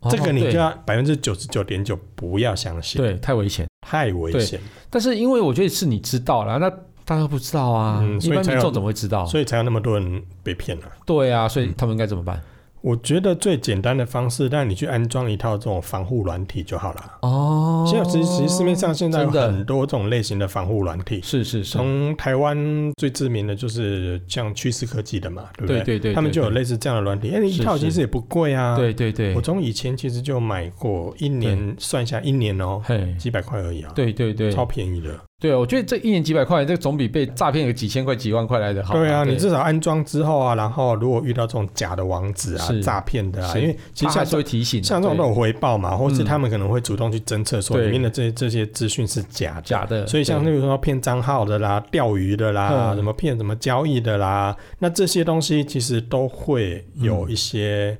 Speaker 3: 哦
Speaker 2: 这个你
Speaker 3: 对
Speaker 2: 就要百分之九十九点九不要相信，
Speaker 3: 对太危险。
Speaker 2: 太危险，
Speaker 3: 但是因为我觉得是你知道了，那大家都不知道啊，
Speaker 2: 嗯
Speaker 3: 一
Speaker 2: 所以
Speaker 3: 般
Speaker 2: 才
Speaker 3: 民
Speaker 2: 有
Speaker 3: 众怎么会知道？
Speaker 2: 所以才有那么多人被骗了、
Speaker 3: 对啊，所以他们应该怎么办？
Speaker 2: 我觉得最简单的方式，让你去安装一套这种防护软体就好了。
Speaker 3: 哦，
Speaker 2: 现在其实其实市面上现在有
Speaker 3: 真的
Speaker 2: 很多这种类型的防护软体，
Speaker 3: 是是是，
Speaker 2: 从台湾最知名的就是像趋势科技的嘛，对不
Speaker 3: 对
Speaker 2: 对
Speaker 3: 对对，
Speaker 2: 他们就有
Speaker 3: 对
Speaker 2: 类似这样的软体，哎、一套
Speaker 3: 是
Speaker 2: 其实也不贵啊。
Speaker 3: 对对对
Speaker 2: 我，从以前其实就买过，一年算下一年哦、
Speaker 3: 嘿，
Speaker 2: 几百块而已啊，
Speaker 3: 对对对，
Speaker 2: 超便宜的。
Speaker 1: 对啊，我觉得这一年几百块，这总比被诈骗个几千块、几万块来的好。
Speaker 2: 对啊，你至少安装之后啊，然后如果遇到这种假的网址啊
Speaker 1: 是、
Speaker 2: 诈骗的啊，
Speaker 1: 是
Speaker 2: 因为其实
Speaker 1: 下
Speaker 2: 像
Speaker 1: 次
Speaker 2: 这
Speaker 1: 会提醒，
Speaker 2: 像这种都
Speaker 1: 对
Speaker 2: 有回报嘛，或是
Speaker 1: 嗯
Speaker 2: 他们可能会主动去侦测说
Speaker 1: 对
Speaker 2: 里面的这这些资讯是假的。
Speaker 1: 假的，
Speaker 2: 所以像
Speaker 1: 对
Speaker 2: 例如说骗账号的啦、钓鱼的啦、
Speaker 1: 嗯
Speaker 2: 什么骗什么交易的啦，那这些东西其实都会有一些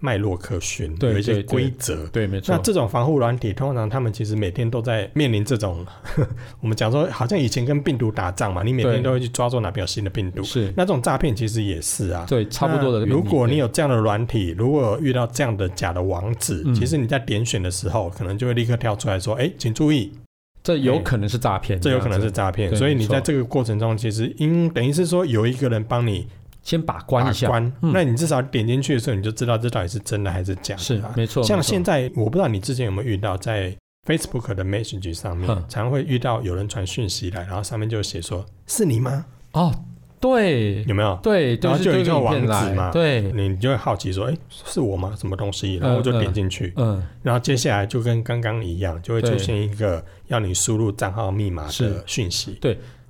Speaker 2: 脉络可循，
Speaker 1: 对
Speaker 2: 有一些
Speaker 1: 对对
Speaker 2: 规则。
Speaker 1: 对，没错，
Speaker 2: 那这种防护软体，通常他们其实每天都在面临这种， 我们讲说好像以前跟病毒打仗嘛，你每
Speaker 1: 对
Speaker 2: 天都会去抓住哪边有新的病毒。
Speaker 1: 是
Speaker 2: 那这种诈骗其实也是啊，
Speaker 1: 对差不多的
Speaker 2: 那
Speaker 1: 原理。
Speaker 2: 如果你
Speaker 1: 对
Speaker 2: 有这样的软体，如果有遇到这样的假的网址，
Speaker 1: 嗯
Speaker 2: 其实你在点选的时候，可能就会立刻跳出来说：“哎、请注意，
Speaker 1: 这有可能是诈骗，
Speaker 2: 这有
Speaker 1: 样
Speaker 2: 可能
Speaker 1: 子
Speaker 2: 是诈骗。”
Speaker 1: 对
Speaker 2: 所以
Speaker 1: 没
Speaker 2: 你
Speaker 1: 错
Speaker 2: 在这个过程中，其实应等于是说有一个人帮你
Speaker 1: 先把关
Speaker 2: 把
Speaker 1: 一下，
Speaker 2: 关，
Speaker 1: 嗯
Speaker 2: 那你至少点进去的时候，你就知道这到底是真的还是假的、啊。
Speaker 1: 是没错。
Speaker 2: 像
Speaker 1: 没错
Speaker 2: 现在，我不知道你之前有没有遇到在 Facebook 的 Message 上面，
Speaker 1: 嗯
Speaker 2: 常会遇到有人传讯息来，然后上面就写说：“是你吗
Speaker 1: 哦，对？”
Speaker 2: 有没有？
Speaker 1: 对，
Speaker 2: 然
Speaker 1: 就
Speaker 2: 后
Speaker 1: 是
Speaker 2: 就有
Speaker 1: 这
Speaker 2: 一
Speaker 1: 个
Speaker 2: 个
Speaker 1: 影
Speaker 2: 网
Speaker 1: 片
Speaker 2: 址
Speaker 1: 来
Speaker 2: 嘛
Speaker 1: 对，
Speaker 2: 你就会好奇说：“哎、是我吗？什么东西？”然后我就
Speaker 1: 嗯
Speaker 2: 点进去，
Speaker 1: 嗯，
Speaker 2: 然后接下来就跟刚刚一样，就会
Speaker 1: 对
Speaker 2: 出现一个要你输入账号密码
Speaker 1: 是
Speaker 2: 的讯息。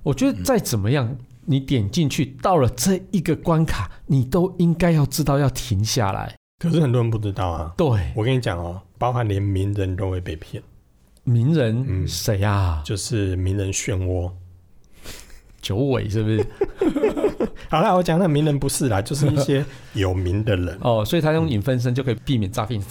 Speaker 1: 我觉得再怎么样，你点进去到了这一个关卡，你都应该要知道要停下来。
Speaker 2: 可是很多人不知道啊。
Speaker 1: 对，
Speaker 2: 我跟你讲哦，包含连名人都会被骗，
Speaker 1: 名人
Speaker 2: 嗯
Speaker 1: 谁啊？
Speaker 2: 就是名人漩涡。
Speaker 1: 九尾是 不是？
Speaker 2: 好啦，我讲的名人不是啦，就是一 些有名的人，
Speaker 1: 哦，所以他用引分身就可以避免诈 骗。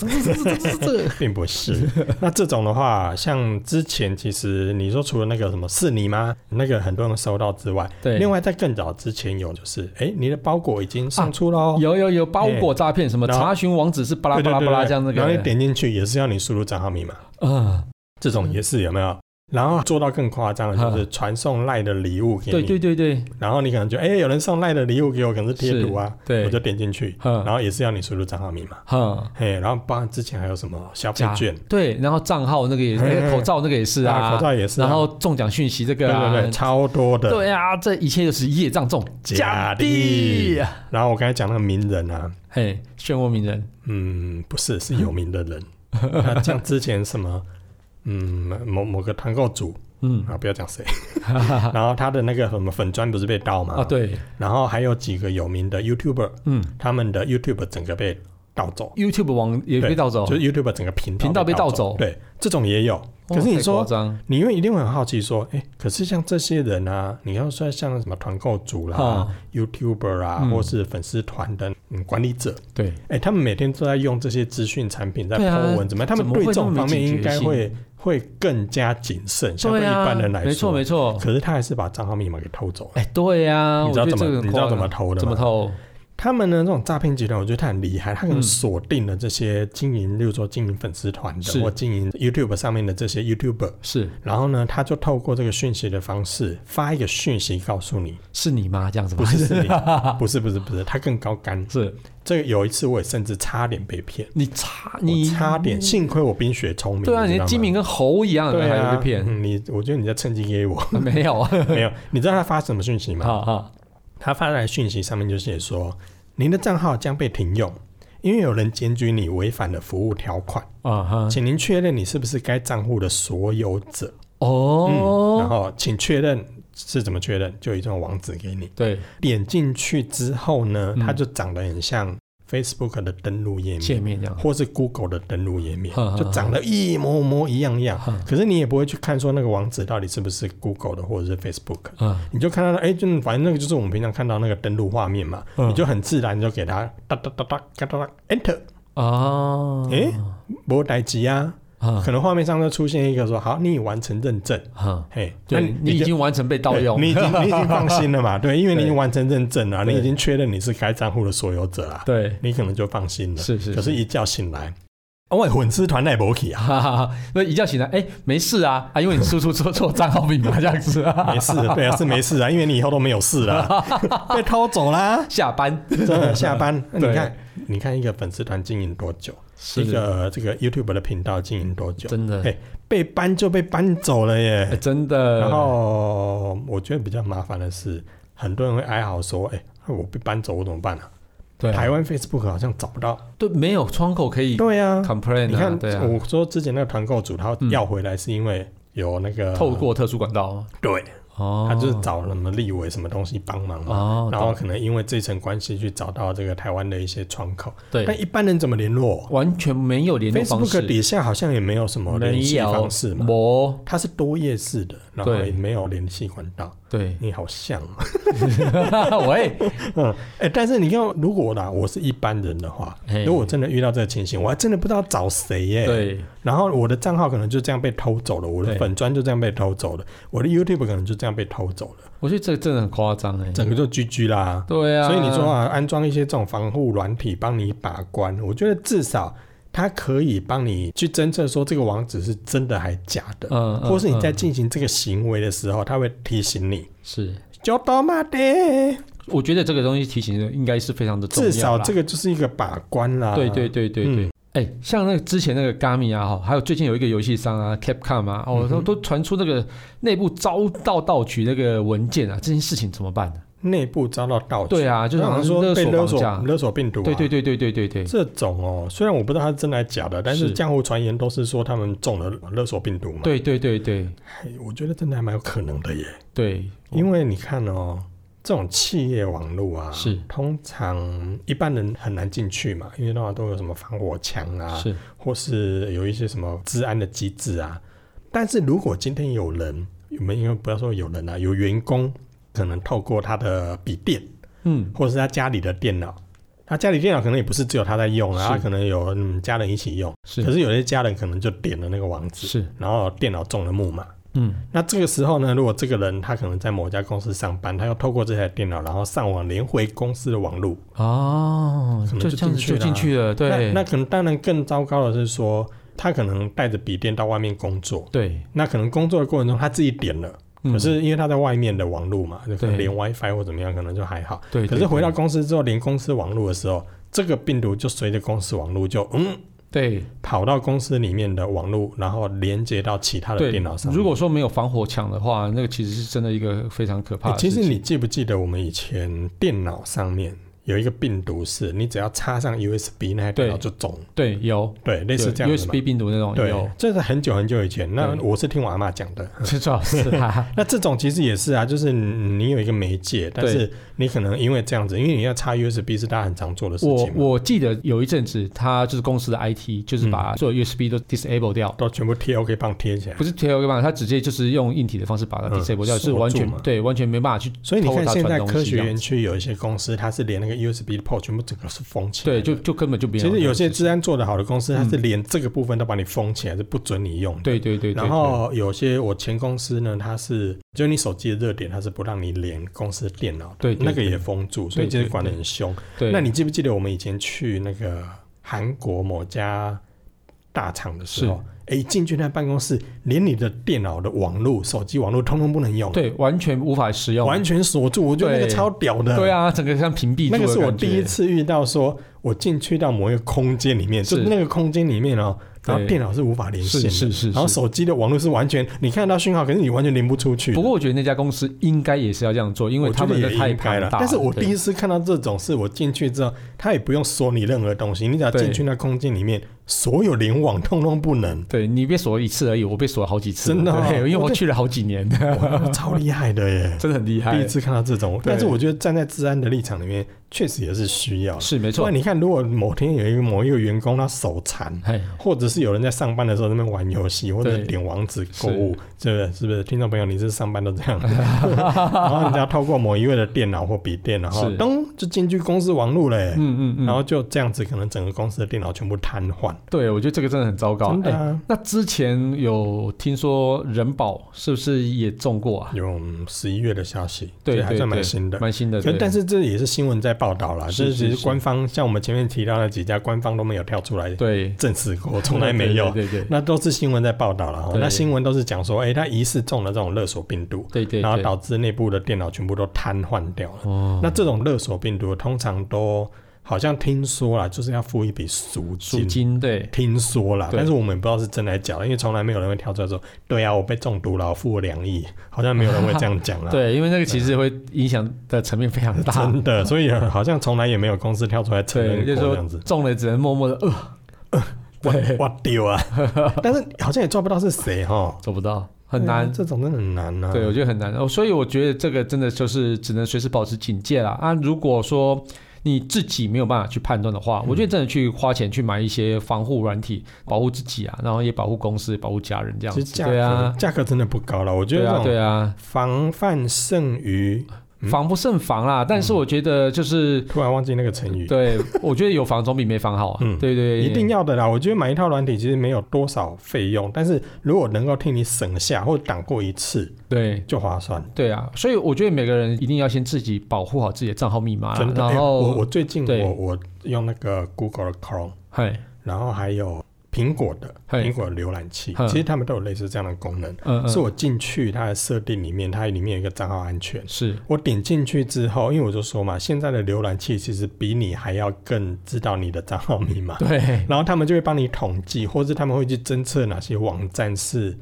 Speaker 2: 并不是。那这种的话，像之前其实你说除了那个什么是你吗？那个很多人收到之外，
Speaker 1: 对，外
Speaker 2: 另外在更早之前有就是，哎、你的包裹已经送出
Speaker 1: 啊
Speaker 2: 喽、
Speaker 1: 有有有包裹诈骗，什么
Speaker 2: 哦然后
Speaker 1: 查询网址是巴拉
Speaker 2: 对
Speaker 1: 巴
Speaker 2: 对
Speaker 1: 拉
Speaker 2: 对
Speaker 1: 巴拉
Speaker 2: 对
Speaker 1: 这样那
Speaker 2: 然后你
Speaker 1: 个。
Speaker 2: 点进去也是要你输入账号密码，
Speaker 1: 嗯，嗯
Speaker 2: 这种也是有没有？然后做到更夸张的就是传送赖的礼物给你，
Speaker 1: 对对对对
Speaker 2: 然后你可能就哎、有人送赖的礼物给我，可能是贴图啊，我
Speaker 1: 对，
Speaker 2: 就点进去，
Speaker 1: 嗯
Speaker 2: 然后也是要你输入账号密码，
Speaker 1: 哼，
Speaker 2: 嘿，然后包含之前还有什么消费券，
Speaker 1: 对，然后账号那个也，
Speaker 2: 嘿
Speaker 1: 那个
Speaker 2: 嘿
Speaker 1: 口罩那个也是啊，
Speaker 2: 口罩也是啊、
Speaker 1: 然后中奖讯息这
Speaker 2: 对
Speaker 1: 个啊，
Speaker 2: 对对，超多的。
Speaker 1: 对啊，这一切就是业障重
Speaker 2: 假
Speaker 1: 地
Speaker 2: 的，然后我刚才讲那个名人啊，
Speaker 1: 嘿，漩涡鸣人，
Speaker 2: 嗯，不是，是有名的 人，那像之前什么，嗯，某某个团购组
Speaker 1: 嗯，
Speaker 2: 啊，不要讲 谁，然后他的那个什么粉砖不是被盗吗？
Speaker 1: 啊，对，
Speaker 2: 然后还有几个有名的 YouTuber，
Speaker 1: 嗯
Speaker 2: 他们的 YouTube 整个被盗走，
Speaker 1: ，YouTube 网也被
Speaker 2: 对
Speaker 1: 盗走，
Speaker 2: 就是 YouTube 整个频道
Speaker 1: 哦频道被盗
Speaker 2: 盗
Speaker 1: 走
Speaker 2: 对，这种也有。可是
Speaker 1: 哦
Speaker 2: 你
Speaker 1: 太
Speaker 2: 说
Speaker 1: 夸，张，
Speaker 2: 你因为一定会很好奇说，哎，可是像这些人啊，你要说像什么团购主啦
Speaker 1: 啊、
Speaker 2: YouTuber 啊，
Speaker 1: 嗯
Speaker 2: 或是粉丝团的嗯管理者，
Speaker 1: 对，啊
Speaker 2: 哎，他们每天都在用这些资讯产品在
Speaker 1: 对啊
Speaker 2: po 文，怎么样？他
Speaker 1: 怎
Speaker 2: 们
Speaker 1: 么
Speaker 2: 对
Speaker 1: 会
Speaker 2: 这
Speaker 1: 那
Speaker 2: 种
Speaker 1: 么
Speaker 2: 方
Speaker 1: 没
Speaker 2: 面
Speaker 1: 警
Speaker 2: 应
Speaker 1: 觉
Speaker 2: 该
Speaker 1: 性
Speaker 2: 会会更加谨慎，相对
Speaker 1: 对
Speaker 2: 一
Speaker 1: 啊，
Speaker 2: 般人来说，
Speaker 1: 没错没
Speaker 2: 错。
Speaker 1: 错，
Speaker 2: 可是他还是把账号密码给偷走了。
Speaker 1: 哎，对呀，
Speaker 2: 你知道
Speaker 1: 我觉得
Speaker 2: 怎么
Speaker 1: 这个很
Speaker 2: 你知道
Speaker 1: 夸张啊
Speaker 2: 怎么偷的
Speaker 1: 怎么
Speaker 2: 吗？
Speaker 1: 偷？
Speaker 2: 他们呢，这种诈骗集团，我觉得他很厉害，他可能
Speaker 1: 嗯
Speaker 2: 锁定了这些经营，例如说经营粉丝团
Speaker 1: 是
Speaker 2: 的或经营 YouTube 上面的这些 YouTuber，
Speaker 1: 是
Speaker 2: 然后呢，他就透过这个讯息的方式发一个讯息告诉你，
Speaker 1: 是你吗？这样子吗？
Speaker 2: 不 是是你，不是不是不是，他更高干。
Speaker 1: 是
Speaker 2: 这个有一次我也甚至差点被骗，
Speaker 1: 你差
Speaker 2: 我
Speaker 1: 你
Speaker 2: 差点，幸亏我冰雪聪明，
Speaker 1: 对啊，你
Speaker 2: 你知道
Speaker 1: 的
Speaker 2: 吗
Speaker 1: 精明。跟猴一样，
Speaker 2: 对
Speaker 1: 还
Speaker 2: 啊，
Speaker 1: 被 骗，
Speaker 2: 嗯你，我觉得你在趁机 给我
Speaker 1: 没 有，哈
Speaker 2: 没有？你知道他发什么讯息吗？
Speaker 1: 哈，
Speaker 2: 他发来讯息上面就写说，您的账号将被停用，因为有人检举你违反了服务条款，
Speaker 1: 啊哈，
Speaker 2: 请您确认你是不是该账户的所有者。嗯，
Speaker 1: 哦，
Speaker 2: 然后请确认是怎么确认，就有一种网址给你。
Speaker 1: 对，
Speaker 2: 点进去之后呢，
Speaker 1: 嗯
Speaker 2: 它就长得很像 Facebook 的登录页
Speaker 1: 界
Speaker 2: 面。
Speaker 1: 面这样，
Speaker 2: 或是 Google 的登录页面
Speaker 1: 哼哼哼
Speaker 2: 就长得一模模一样样，
Speaker 1: 哈
Speaker 2: 可是你也不会去看说那个网址到底是不是 Google 的或者是 Facebook，
Speaker 1: 啊，
Speaker 2: 你就看到哎、就反正那个就是我们平常看到那个登录画面嘛，
Speaker 1: 嗯
Speaker 2: 你就很自然就给它哒哒哒哒哒哒哒 Enter，
Speaker 1: 啊，
Speaker 2: 诶没待机啊，
Speaker 1: 啊
Speaker 2: 可能画面上就出现一个说好，你已完成认证，
Speaker 1: 啊，
Speaker 2: 嘿，那
Speaker 1: 对你已
Speaker 2: 就
Speaker 1: 经完成被盗
Speaker 2: 对
Speaker 1: 用，
Speaker 2: 你已经你已经放心了 嘛，对，因为你已经
Speaker 1: 对
Speaker 2: 完成认证了，你已
Speaker 1: 对
Speaker 2: 经确认你是该账户的所有者啊，
Speaker 1: 对，
Speaker 2: 你可能就放心了。
Speaker 1: 是是
Speaker 2: 可是，一觉醒来，哦喂，混吃团奈博起啊，
Speaker 1: 哈哈哈，那一觉醒来，哎，没事啊，啊，因为你输出错错账号密码这样子啊，
Speaker 2: 没事，对啊，是没事啊，因为你以后都没有事 啦，被偷走啦，
Speaker 1: 下班，
Speaker 2: 真的下 班。那
Speaker 1: 对
Speaker 2: 你看，你看一个粉丝团经营多久，
Speaker 1: 是
Speaker 2: 一个这个 YouTube 的频道经营多久，
Speaker 1: 真的，
Speaker 2: 嘿被搬就被搬走了
Speaker 1: 哎
Speaker 2: 耶。
Speaker 1: 真的，
Speaker 2: 然后呃我觉得比较麻烦的是，很多人会哀嚎说，哎，我被搬走，我怎么办啊？
Speaker 1: 对
Speaker 2: 台湾 Facebook 好像找不到。
Speaker 1: 对没有窗口可以
Speaker 2: 对啊，
Speaker 1: complain
Speaker 2: 你
Speaker 1: 啊，
Speaker 2: 看
Speaker 1: 对，啊，
Speaker 2: 我说之前那个团购组他要回来是因为有那个
Speaker 3: 透过特殊管道吗
Speaker 2: 对，
Speaker 3: 哦，
Speaker 2: 他就是找什么立委什么东西帮忙嘛。
Speaker 3: 哦，
Speaker 2: 然后可能因为这层关系去找到这个台湾的一些窗口，但
Speaker 3: 对，
Speaker 2: 一般人怎么联络
Speaker 3: 完全没有联络方
Speaker 2: 哎？Facebook
Speaker 3: 式，
Speaker 2: 底下好像也没有什么联系哦方式嘛，
Speaker 3: 没，
Speaker 2: 它是多页式的，然后
Speaker 3: 对
Speaker 2: 也没有联系管道。
Speaker 3: 对，
Speaker 2: 你好像，
Speaker 3: 喂，
Speaker 2: 哎、但是你看，如果啦，我是一般人的话，
Speaker 3: 嘿
Speaker 2: 如果我真的遇到这个情形，我还真的不知道找谁耶、
Speaker 3: 对，
Speaker 2: 然后我的账号可能就这样被偷走了，我的
Speaker 3: 对
Speaker 2: 粉砖就这样被偷走了，我的 YouTube 可能就这样被偷走了，
Speaker 3: 我觉得这个真的很夸张哎，
Speaker 2: 整个就 GG 啦。
Speaker 3: 对啊，
Speaker 2: 所以你说啊，安装一些这种防护软体帮你把关，我觉得至少它可以帮你去侦测说这个网址是真的还假的，
Speaker 3: 嗯，嗯，
Speaker 2: 或是你在
Speaker 3: 嗯
Speaker 2: 进行这个行为的时候，它会提醒你。
Speaker 3: 是，
Speaker 2: 就多嘛的，
Speaker 3: 我觉得这个东西提醒的应该是非常的重要
Speaker 2: 至
Speaker 3: 啦，
Speaker 2: 少这个就是一个把关啦。
Speaker 3: 对对对对对。
Speaker 2: 嗯
Speaker 3: 哎、像那个之前那个 Gami 啊，哈，还有最近有一个游戏商啊，Capcom 啊，哦，
Speaker 2: 嗯
Speaker 3: 都
Speaker 2: 哼
Speaker 3: 都传出那个内部遭到盗取那个文件啊，这件事情怎么办呢、
Speaker 2: 内部遭到盗取，
Speaker 3: 对啊，就是
Speaker 2: 好
Speaker 3: 好
Speaker 2: 像
Speaker 3: 像
Speaker 2: 说被勒
Speaker 3: 勒
Speaker 2: 索
Speaker 3: 索绑架，
Speaker 2: 勒索病毒、啊，
Speaker 3: 对对对对对对对，
Speaker 2: 这种哦，虽然我不知道它是真的还是假的，但是
Speaker 3: 是
Speaker 2: 江湖传言都是说他们中了勒索病毒嘛。，哎
Speaker 3: 对对对对
Speaker 2: 我觉得真的还蛮有可能的耶，
Speaker 3: 对，
Speaker 2: 因为你看哦，这种企业网络啊，
Speaker 3: 是
Speaker 2: 通常一般人很难进去嘛，因为通常都有什么防火墙啊，
Speaker 3: 是
Speaker 2: 或是有一些什么治安的机制啊。但是如果今天有人，我们因为不要说有人啊，有员工可能透过他的笔电。
Speaker 3: 嗯
Speaker 2: 或者是他家里的电脑。他家里电脑可能也不是只有他在用啊，
Speaker 3: 是
Speaker 2: 他可能有嗯家人一起用。可
Speaker 3: 是
Speaker 2: 是有些家人可能就点了那个网址，
Speaker 3: 是
Speaker 2: 然后电脑中了木马。
Speaker 3: 嗯
Speaker 2: 那这个时候呢，如果这个人他可能在某家公司上班，他要透过这台电脑，然后上网连回公司的网络。
Speaker 3: 哦
Speaker 2: 可，能
Speaker 3: 就
Speaker 2: 就
Speaker 3: 这样
Speaker 2: 进
Speaker 3: 子
Speaker 2: 去
Speaker 3: 就
Speaker 2: 啦
Speaker 3: 进去了，对
Speaker 2: 那，那可能当然更糟糕的是说，他可能带着笔电到外面工作，
Speaker 3: 对，
Speaker 2: 那可能工作的过程中他自己点了，
Speaker 3: 嗯
Speaker 2: 可是因为他在外面的网络嘛，就可能
Speaker 3: 对
Speaker 2: 连 WiFi 或怎么样，可能就还好。
Speaker 3: 对，
Speaker 2: 可
Speaker 3: 对
Speaker 2: 是回到公司之后，连公司网络的时候，这个病毒就随着公司网络就嗯
Speaker 3: 对
Speaker 2: 跑到公司里面的网络，然后连接到其他的
Speaker 3: 对
Speaker 2: 电脑上面。
Speaker 3: 如果说没有防火墙的话，那个其实是真的一个非常可怕
Speaker 2: 欸
Speaker 3: 的
Speaker 2: 其
Speaker 3: 事情、
Speaker 2: 实你记不记得我们以前电脑上面有一个病毒是，你只要插上 USB 那台电脑
Speaker 3: 对
Speaker 2: 就中，
Speaker 3: 对有
Speaker 2: 对，类似
Speaker 3: 对
Speaker 2: 这样子嘛。
Speaker 3: USB 病毒那种
Speaker 2: 对
Speaker 3: 有，，
Speaker 2: 这是很久很久以前，那
Speaker 3: 对
Speaker 2: 我是听我阿妈讲的。
Speaker 3: 是最好是啊，
Speaker 2: 那这种其实也是啊，就是你你有一个媒介，但
Speaker 3: 对
Speaker 2: 是你可能因为这样子，因为你要插 USB 是大家很常做的事
Speaker 3: 我
Speaker 2: 情嘛，
Speaker 3: 我记得有一阵子，他就是公司的 IT，就是把
Speaker 2: 嗯
Speaker 3: 所有 USB 都 disable 掉，
Speaker 2: 都全部贴 OK 棒贴起来。
Speaker 3: 不是 disable 嘛，他直接就是用硬体的方式把它
Speaker 2: 嗯
Speaker 3: disable 掉，就是
Speaker 2: 锁
Speaker 3: 完
Speaker 2: 住
Speaker 3: 全
Speaker 2: 嘛
Speaker 3: 对，完全没办法去，
Speaker 2: 所以你看，
Speaker 3: 偷
Speaker 2: 现
Speaker 3: 它
Speaker 2: 在
Speaker 3: 传东西
Speaker 2: 科学园区有一些公司，它是连那个 USB 的 port 全部整个是封起来的。
Speaker 3: 对，就就根本就没
Speaker 2: 其实有些
Speaker 3: 知
Speaker 2: 治安做得好的公司，它是
Speaker 3: 嗯
Speaker 2: 连这个部分都把你封起来，是不准你用的。
Speaker 3: 对对对，对
Speaker 2: 然后有些我前公司呢，它是就你手机的热点，它是不让你连公司电脑的，
Speaker 3: 对对
Speaker 2: 那个也封住，所以其实管得很凶。
Speaker 3: 对，
Speaker 2: 那你记不记得我们以前去那个韩国某家大厂的时候，哎，一进去那办公室，连你的电脑的网络、手机网络通通不能用，
Speaker 3: 对完全无法使用，
Speaker 2: 完全锁住，我觉得那个
Speaker 3: 对
Speaker 2: 超屌的。
Speaker 3: 对啊，整个像屏蔽住
Speaker 2: 那
Speaker 3: 的
Speaker 2: 个是我
Speaker 3: 感觉
Speaker 2: 第一，次遇到说，我进去到某一个空间里面，就是那个空间里面哦，然后
Speaker 3: 对
Speaker 2: 电脑是无法连线
Speaker 3: 是
Speaker 2: 的，
Speaker 3: 是是，
Speaker 2: 然后
Speaker 3: 是
Speaker 2: 手机的网络是完全你看得到讯号，可是你完全连不出去。
Speaker 3: 不过我觉得那家公司应该也是要这样做，因为
Speaker 2: 我觉
Speaker 3: 他
Speaker 2: 得
Speaker 3: 们的
Speaker 2: 也
Speaker 3: 太
Speaker 2: 应该
Speaker 3: 庞
Speaker 2: 了
Speaker 3: 大，了，
Speaker 2: 但是我
Speaker 3: 对
Speaker 2: 第一次看到这种事，我进去之后，他也不用锁你任何东西，你只要
Speaker 3: 对
Speaker 2: 进去那空间里面，所有联网通通不
Speaker 3: ，
Speaker 2: 能
Speaker 3: 对你被锁了一次而已，我被锁了好几次了，
Speaker 2: 真的哦
Speaker 3: 对因为
Speaker 2: 我
Speaker 3: 我
Speaker 2: 对
Speaker 3: 去了好几年，
Speaker 2: 哇超厉害的耶！
Speaker 3: 真的很厉 害，
Speaker 2: 第一次看到这种，但是
Speaker 3: 对
Speaker 2: 我觉得站在治安的立场里面，确实也是需要的。
Speaker 3: 是没
Speaker 2: 不
Speaker 3: 错
Speaker 2: 然，你看，如果某天有一个某一个员工他手残，
Speaker 3: 哎，
Speaker 2: 或者是有人在上班的时候在那边玩游戏，或者
Speaker 3: 对
Speaker 2: 点网址购物，对不对？是不是？听众朋友，你是上班都这 样，然后人家透过某一位的电脑或笔电，然后
Speaker 3: 是
Speaker 2: 咚就进去公司网络嘞、
Speaker 3: 嗯嗯嗯，
Speaker 2: 然后就这样子，可能整个公司的电脑全部瘫痪，
Speaker 3: 对，我觉得这个真的很糟糕。
Speaker 2: 真的
Speaker 3: 哎
Speaker 2: 啊、
Speaker 3: 那之前有听说人保是不是也中过啊？
Speaker 2: 有十一月的消息，
Speaker 3: 对
Speaker 2: 所以还
Speaker 3: 对
Speaker 2: 算蛮
Speaker 3: 对
Speaker 2: 新的。
Speaker 3: 蛮新的，
Speaker 2: 可
Speaker 3: 对
Speaker 2: 但是这也是新闻在报道啦，
Speaker 3: 是
Speaker 2: 这只
Speaker 3: 是
Speaker 2: 是
Speaker 3: 是
Speaker 2: 官方，像我们前面提到的几家官方都没有跳出来
Speaker 3: 对，
Speaker 2: 证实过，从来没有。
Speaker 3: 对对对
Speaker 2: 那都是新闻在报道了哈，
Speaker 3: 对
Speaker 2: 那新闻都是讲说，哎、他疑似中了这种勒索病毒，
Speaker 3: 对对对，
Speaker 2: 然后导致内部的电脑全部都瘫痪掉了。
Speaker 3: 哦，
Speaker 2: 那这种勒索病毒通常都好像听说啦，就是要付一笔赎
Speaker 3: 赎
Speaker 2: 金。
Speaker 3: 金对
Speaker 2: 听说啦，
Speaker 3: 对
Speaker 2: 但是我们也不知道是真还是假的，因为从来没有人会跳出来说，对啊，我被中毒了，我付了两亿，好像没有人会这样讲 啦。
Speaker 3: 对，因为那个其实会影响的层面非常大
Speaker 2: 啊 真。的，所以好像从来也没有公司跳出来承认
Speaker 3: 对，
Speaker 2: 过
Speaker 3: 就是
Speaker 2: 这
Speaker 3: 说
Speaker 2: 样子。
Speaker 3: 中了只能默默的呃，对，
Speaker 2: 啊 哇丢啊！但是好像也抓不到是谁哈。
Speaker 3: 做不到，很难
Speaker 2: 对啊。这种真的很难啊。
Speaker 3: 对，我觉得很难哦，所以我觉得这个真的就是只能随时保持警戒啦。啊，如果说你自己没有办法去判断的
Speaker 2: 嗯
Speaker 3: 话，我觉得真的去花钱去买一些防护软体，保护自己啊，然后也保护公司、保护家人这样
Speaker 2: 其
Speaker 3: 子。
Speaker 2: 实价
Speaker 3: 对
Speaker 2: 格、
Speaker 3: 啊，
Speaker 2: 价格真的不高了，我觉
Speaker 3: 对
Speaker 2: 得
Speaker 3: 啊，
Speaker 2: 这
Speaker 3: 对
Speaker 2: 种
Speaker 3: 啊，
Speaker 2: 防范胜于，嗯
Speaker 3: 防不胜防啦。但是我觉得就是，
Speaker 2: 突然忘记那个成语，
Speaker 3: 对我觉得有防总比没防好啊。
Speaker 2: 嗯
Speaker 3: 对对，
Speaker 2: 一定要的啦。我觉得买一套软体其实没有多少费用，但是如果能够替你省下或挡过一次，
Speaker 3: 对。
Speaker 2: 就划算。
Speaker 3: 对啊，所以我觉得每个人一定要先自己保护好自己的账号密码啦
Speaker 2: 真，的，
Speaker 3: 啊然
Speaker 2: 哎
Speaker 3: 后
Speaker 2: 我我最近
Speaker 3: 对
Speaker 2: 我我用那个 Google 的 Chrome，
Speaker 3: 嘿，
Speaker 2: 然后还有苹果的
Speaker 3: 嘿
Speaker 2: 苹果的浏览器
Speaker 3: 嗯，
Speaker 2: 其实他们都有类似这样的功能。
Speaker 3: 嗯嗯，
Speaker 2: 是我进去它的设定里面，它里面有一个账号安全。
Speaker 3: 是
Speaker 2: 我点进去之后，因为我就说嘛，现在的浏览器其实比你还要更知道你的账号密码，
Speaker 3: 对，
Speaker 2: 然后他们就会帮你统计，或是他们会去侦测哪些网站是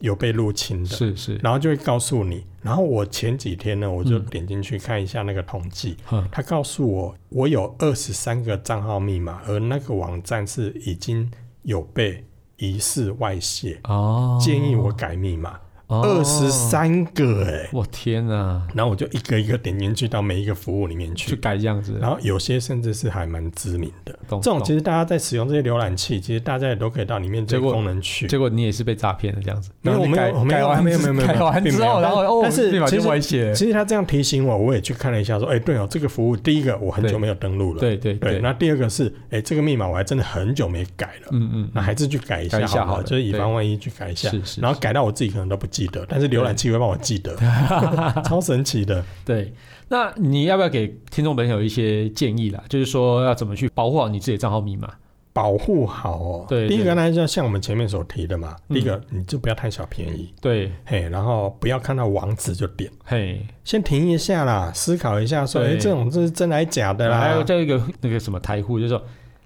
Speaker 2: 有被入侵的，
Speaker 3: 是是，
Speaker 2: 然后就会告诉你。然后我前几天呢，我就
Speaker 3: 嗯
Speaker 2: 点进去看一下那个统计，
Speaker 3: 嗯
Speaker 2: 他告诉我我有二十三个账号密码，而那个网站是已经有被疑似外泄，
Speaker 3: 哦，
Speaker 2: 建议我改密码，
Speaker 3: 哦
Speaker 2: 二十，三个哎、
Speaker 3: 我天啊哪，
Speaker 2: 然后我就一个一个点进去到每一个服务里面
Speaker 3: 去
Speaker 2: 去，
Speaker 3: 改这样子，
Speaker 2: 然后有些甚至是还蛮知名的。
Speaker 3: 懂
Speaker 2: 这种
Speaker 3: 哦懂
Speaker 2: 其实大家在使用这些浏览器，其实大家也都可以到里面这
Speaker 3: 结
Speaker 2: 个
Speaker 3: 果
Speaker 2: 功能去。
Speaker 3: 结果你也是被诈骗的这样子，
Speaker 2: 没有
Speaker 1: 然后你改
Speaker 2: 我没有我没有
Speaker 1: 改完
Speaker 2: 没有没有没有
Speaker 1: 改完
Speaker 2: 并
Speaker 1: 之
Speaker 2: 没有
Speaker 1: 后，然后哦，
Speaker 2: 但是
Speaker 1: 立马就
Speaker 2: 其实
Speaker 1: 威胁，
Speaker 2: 其实他这样提醒我，我也去看了一下，说，哎、对哦，这个服务第一个我很久没有登录了，
Speaker 3: 对对
Speaker 2: 对那第二个是，哎、这个密码我还真的很久没改了，
Speaker 3: 嗯嗯，
Speaker 2: 那还是去改一
Speaker 3: 改
Speaker 2: 下
Speaker 3: 一下
Speaker 2: 好
Speaker 3: 好
Speaker 2: 了，
Speaker 3: 了
Speaker 2: 就是以
Speaker 3: 对
Speaker 2: 防万一去改一下，
Speaker 3: 是是
Speaker 2: 然后改到我自己可能都不记得，但是浏览器会帮我记 得，超神奇的。
Speaker 3: 对。那你要不要给听众朋友一些建议啦？就是说要怎么去保护好你自己的账号密码？
Speaker 2: 保护好哦。
Speaker 3: 对
Speaker 2: 第一
Speaker 3: 对
Speaker 2: 个呢，就像我们前面所提的嘛，
Speaker 3: 嗯
Speaker 2: 第一个你就不要贪小便宜，
Speaker 3: 对，
Speaker 2: 嘿，然后不要看到网址就点，
Speaker 3: 嘿，
Speaker 2: 先停一下啦，思考一下说，
Speaker 3: 对
Speaker 2: 哎，这种这是真还假的
Speaker 3: 还 有
Speaker 2: 啦？
Speaker 3: 再一个那个什么台呼，就是说，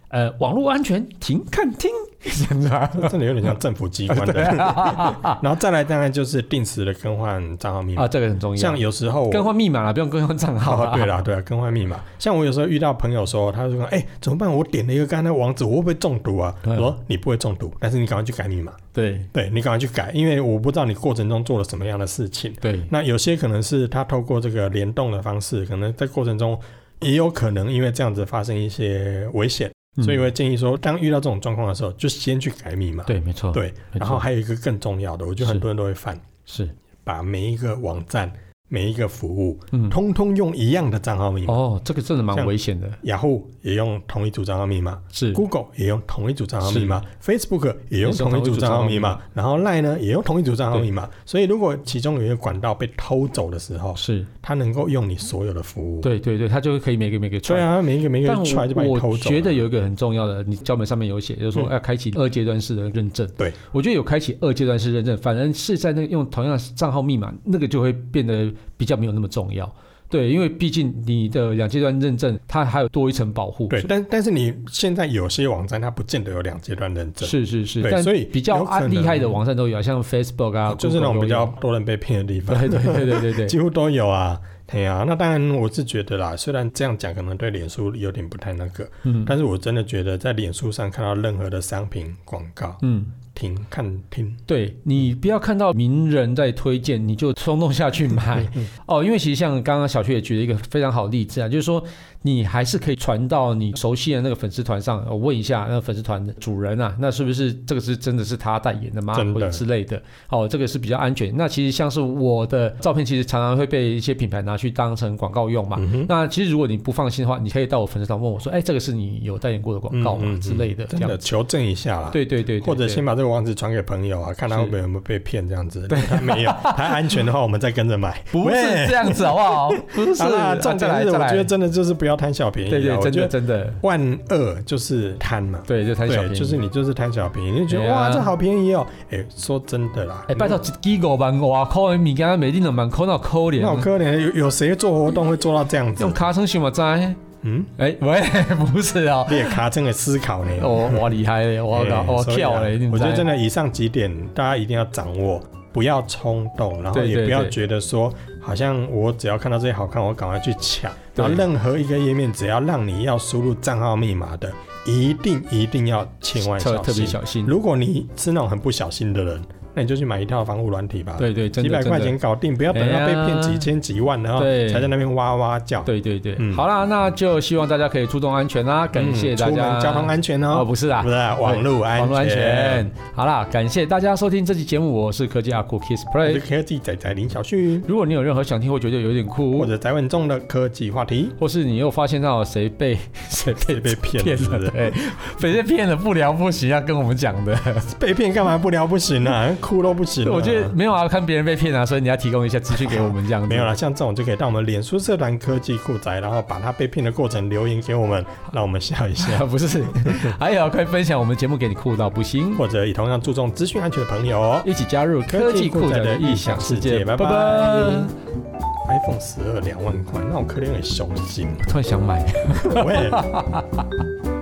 Speaker 3: 呃，网络安全停看听，这样子啊，
Speaker 2: 这真的有点像政府机关 的。 然后再来，当然就是定时的更换账号密
Speaker 3: 啊，
Speaker 2: 码，
Speaker 3: 这个很重要。
Speaker 2: 像有时候我
Speaker 3: 更换密码啦，不用更换账号
Speaker 2: 哦
Speaker 3: 啦。
Speaker 2: 对啦，对啦，更换密码。像我有时候遇到朋友说，他就说：“哎、怎么办？我点了一个刚才的网址，我会不会中毒啊？”
Speaker 3: 嗯
Speaker 2: 我说：“你不会中毒，但是你赶快去改密码。
Speaker 3: 对
Speaker 2: 对你赶快去改，因为我不知道你过程中做了什么样的事情。
Speaker 3: 对
Speaker 2: 那有些可能是他透过这个联动的方式，可能在过程中也有可能因为这样子发生一些危险，
Speaker 3: 嗯
Speaker 2: 所以我会建议说，当遇到这种状况的时候，就先去改密码。
Speaker 3: 对，没错，
Speaker 2: 对
Speaker 3: 没错
Speaker 2: 然后还有一个更重要的，我觉得很多人都会犯，
Speaker 3: 是
Speaker 2: 把每一个网站、每一个服务，
Speaker 3: 嗯
Speaker 2: 通通用一样的账号密码。
Speaker 3: 哦，这个真的蛮
Speaker 2: 像
Speaker 3: 危险的，
Speaker 2: 雅虎也用同一组账号密码
Speaker 3: 是
Speaker 2: ，Google 也用同一组账号密码，Facebook 也用同一组账号密
Speaker 3: 也是
Speaker 2: 码，然后 Line 呢也用同一组账号密码。所以如果其中有一个管道被偷走的时候，
Speaker 3: 是，
Speaker 2: 它能够用你所有的服务。
Speaker 3: 对对对，他就可以每个每个
Speaker 2: 对
Speaker 3: 串。
Speaker 2: 啊，每一个每一个
Speaker 3: 但
Speaker 2: 人出来就把你
Speaker 3: 我
Speaker 2: 偷
Speaker 3: 我
Speaker 2: 走。
Speaker 3: 觉得，有一个很重要的，你教本上面有写，就是说
Speaker 2: 嗯
Speaker 3: 要开启二阶段式的认证。
Speaker 2: 对，
Speaker 3: 我觉得有开启二阶段式认证，反正是在那个用同样的账号密码，那个就会变得比较没有那么重要。对，因为毕竟你的两阶段认证，它还有多一层保护。
Speaker 2: 对，但但是你现在有些网站它不见得有两阶段认证，
Speaker 3: 是是是，
Speaker 2: 对
Speaker 3: 但
Speaker 2: 所以
Speaker 3: 比较
Speaker 2: 有可
Speaker 3: 啊
Speaker 2: 能哦
Speaker 3: 厉害的网站都有啊，像 Facebook 啊，
Speaker 2: 就是那种
Speaker 3: Google
Speaker 2: 比较
Speaker 3: 都有
Speaker 2: 多人被骗的地方，
Speaker 3: 对对 对对对对，
Speaker 2: 几乎都有啊。对呀、啊，那当然我是觉得啦，虽然这样讲可能对脸书有点不太那个，
Speaker 3: 嗯
Speaker 2: 但是我真的觉得在脸书上看到任何的商品广告，
Speaker 3: 嗯。
Speaker 2: 停看听，
Speaker 3: 对你不要看到名人在推荐，你就冲动下 去买
Speaker 2: 嗯
Speaker 3: 哦。因为其实像刚刚小旭也举了一个非常好的例子啊，就是说你还是可以传到你熟悉的那个粉丝团上，我问一下那个粉丝团的主人啊，那是不是这个是真的是他代言的吗？
Speaker 2: 真的
Speaker 3: 或者之类的。哦，这个是比较安全。那其实像是我的照片，其实常常会被一些品牌拿去当成广告用嘛。
Speaker 2: 嗯哼，
Speaker 3: 那其实如果你不放心的话，你可以到我粉丝团问我说，哎，这个是你有代言过的广告吗？
Speaker 2: 嗯嗯嗯
Speaker 3: 之类的，这
Speaker 2: 真
Speaker 3: 样
Speaker 2: 的求证一下啦。
Speaker 3: 对对对对
Speaker 2: 或者
Speaker 3: 对
Speaker 2: 先把这个网址传给朋友啊，看他会不会有没有被骗这样子。对，他没有，他安全的话，我们再跟着买。
Speaker 1: 不
Speaker 2: 喂
Speaker 1: 是这样子好不好？不是，
Speaker 2: 好
Speaker 3: 啊
Speaker 2: 啦，重
Speaker 1: 再
Speaker 2: 点
Speaker 1: 来
Speaker 2: 是啊
Speaker 1: 再
Speaker 2: 我觉得
Speaker 1: 来，
Speaker 2: 真的就是不要贪小便宜啊。
Speaker 3: 对对，
Speaker 2: 我
Speaker 3: 真
Speaker 2: 觉
Speaker 3: 的
Speaker 2: 得
Speaker 3: 真的，
Speaker 2: 万恶就是贪嘛。
Speaker 3: 对，就贪小便宜，
Speaker 2: 就是你就是贪小便宜，你就觉得
Speaker 3: 对啊
Speaker 2: 哇这好便宜哦。哎，说真的啦
Speaker 3: 哎、，拜托，一个万外块的物件，每日两万块，那有可怜。
Speaker 2: 那我可怜有有谁做活动会做到这样子
Speaker 3: 啊用？卡称想嘛知？哎、
Speaker 2: 嗯，
Speaker 3: 喂，不是啊、
Speaker 2: 列卡真的思考呢。
Speaker 3: 哦，我厉害嘞，我搞，
Speaker 2: 哎
Speaker 3: 我
Speaker 2: 所以啊
Speaker 3: 跳嘞，你
Speaker 2: 我觉得真
Speaker 3: 的
Speaker 2: 的以上几点大家一定要掌握，不要冲动，然后
Speaker 3: 对对
Speaker 2: 也不要
Speaker 3: 对
Speaker 2: 觉得说好像我只要看到这些好看，我赶快去抢。
Speaker 3: 对
Speaker 2: 然后任何一个页面，只要让你要输入账号密码的，一定一定要千万
Speaker 3: 特
Speaker 2: 小
Speaker 3: 特别
Speaker 2: 心。
Speaker 3: 小心。
Speaker 2: 如果你是那种很不小心的人，那你就去买一套防护软体吧。
Speaker 1: 对对，真
Speaker 2: 几
Speaker 1: 的
Speaker 2: 百块。
Speaker 1: 真
Speaker 2: 钱
Speaker 1: 的
Speaker 2: 搞定，不要等到被骗几千几万，然后
Speaker 1: 对
Speaker 2: 才在那边哇哇叫。
Speaker 1: 对对对，
Speaker 2: 嗯
Speaker 1: 好啦，那就希望大家可以注重安全啦，感谢
Speaker 2: 嗯
Speaker 1: 大
Speaker 2: 出
Speaker 1: 家。
Speaker 2: 门交通安全
Speaker 1: 哦，
Speaker 2: 哦，
Speaker 1: 不是啦
Speaker 2: 不，是网络安全，
Speaker 1: 网络安全。。好啦，感谢大家收听这期节目，我是科技阿酷 Kiss
Speaker 2: 我是
Speaker 1: Play。
Speaker 2: 科技仔仔林小旭，
Speaker 1: 如果你有任何想听或觉得有点酷，
Speaker 2: 或者宅稳重的科技话题，
Speaker 1: 或是你又发现到谁被谁被
Speaker 2: 被骗了
Speaker 1: 骗
Speaker 2: 是不
Speaker 1: 了，
Speaker 2: 是
Speaker 1: 对，被骗了不聊不行，要跟我们讲的。
Speaker 2: 被骗干嘛不聊不 行啊，哭都不行啊。
Speaker 1: 我觉得没有啊，看别人被骗啊，所以你要提供一些资讯给我们这样子。
Speaker 2: 没有啦，像这种就可以到我们脸书社团科技酷宅，然后把他被骗的过程留言给我们，让我们笑 一笑。
Speaker 1: 啊 ，不是，还有快分享我们节目给你酷到不行，
Speaker 2: 或者也同样注重资讯安全的朋友哦。
Speaker 1: 一起加入科技酷宅的异想世界，
Speaker 2: 拜
Speaker 1: 拜
Speaker 2: 拜
Speaker 1: 拜。
Speaker 2: iPhone 十二两万块，那我可怜很雄心，
Speaker 1: 突然想买。
Speaker 2: 喂。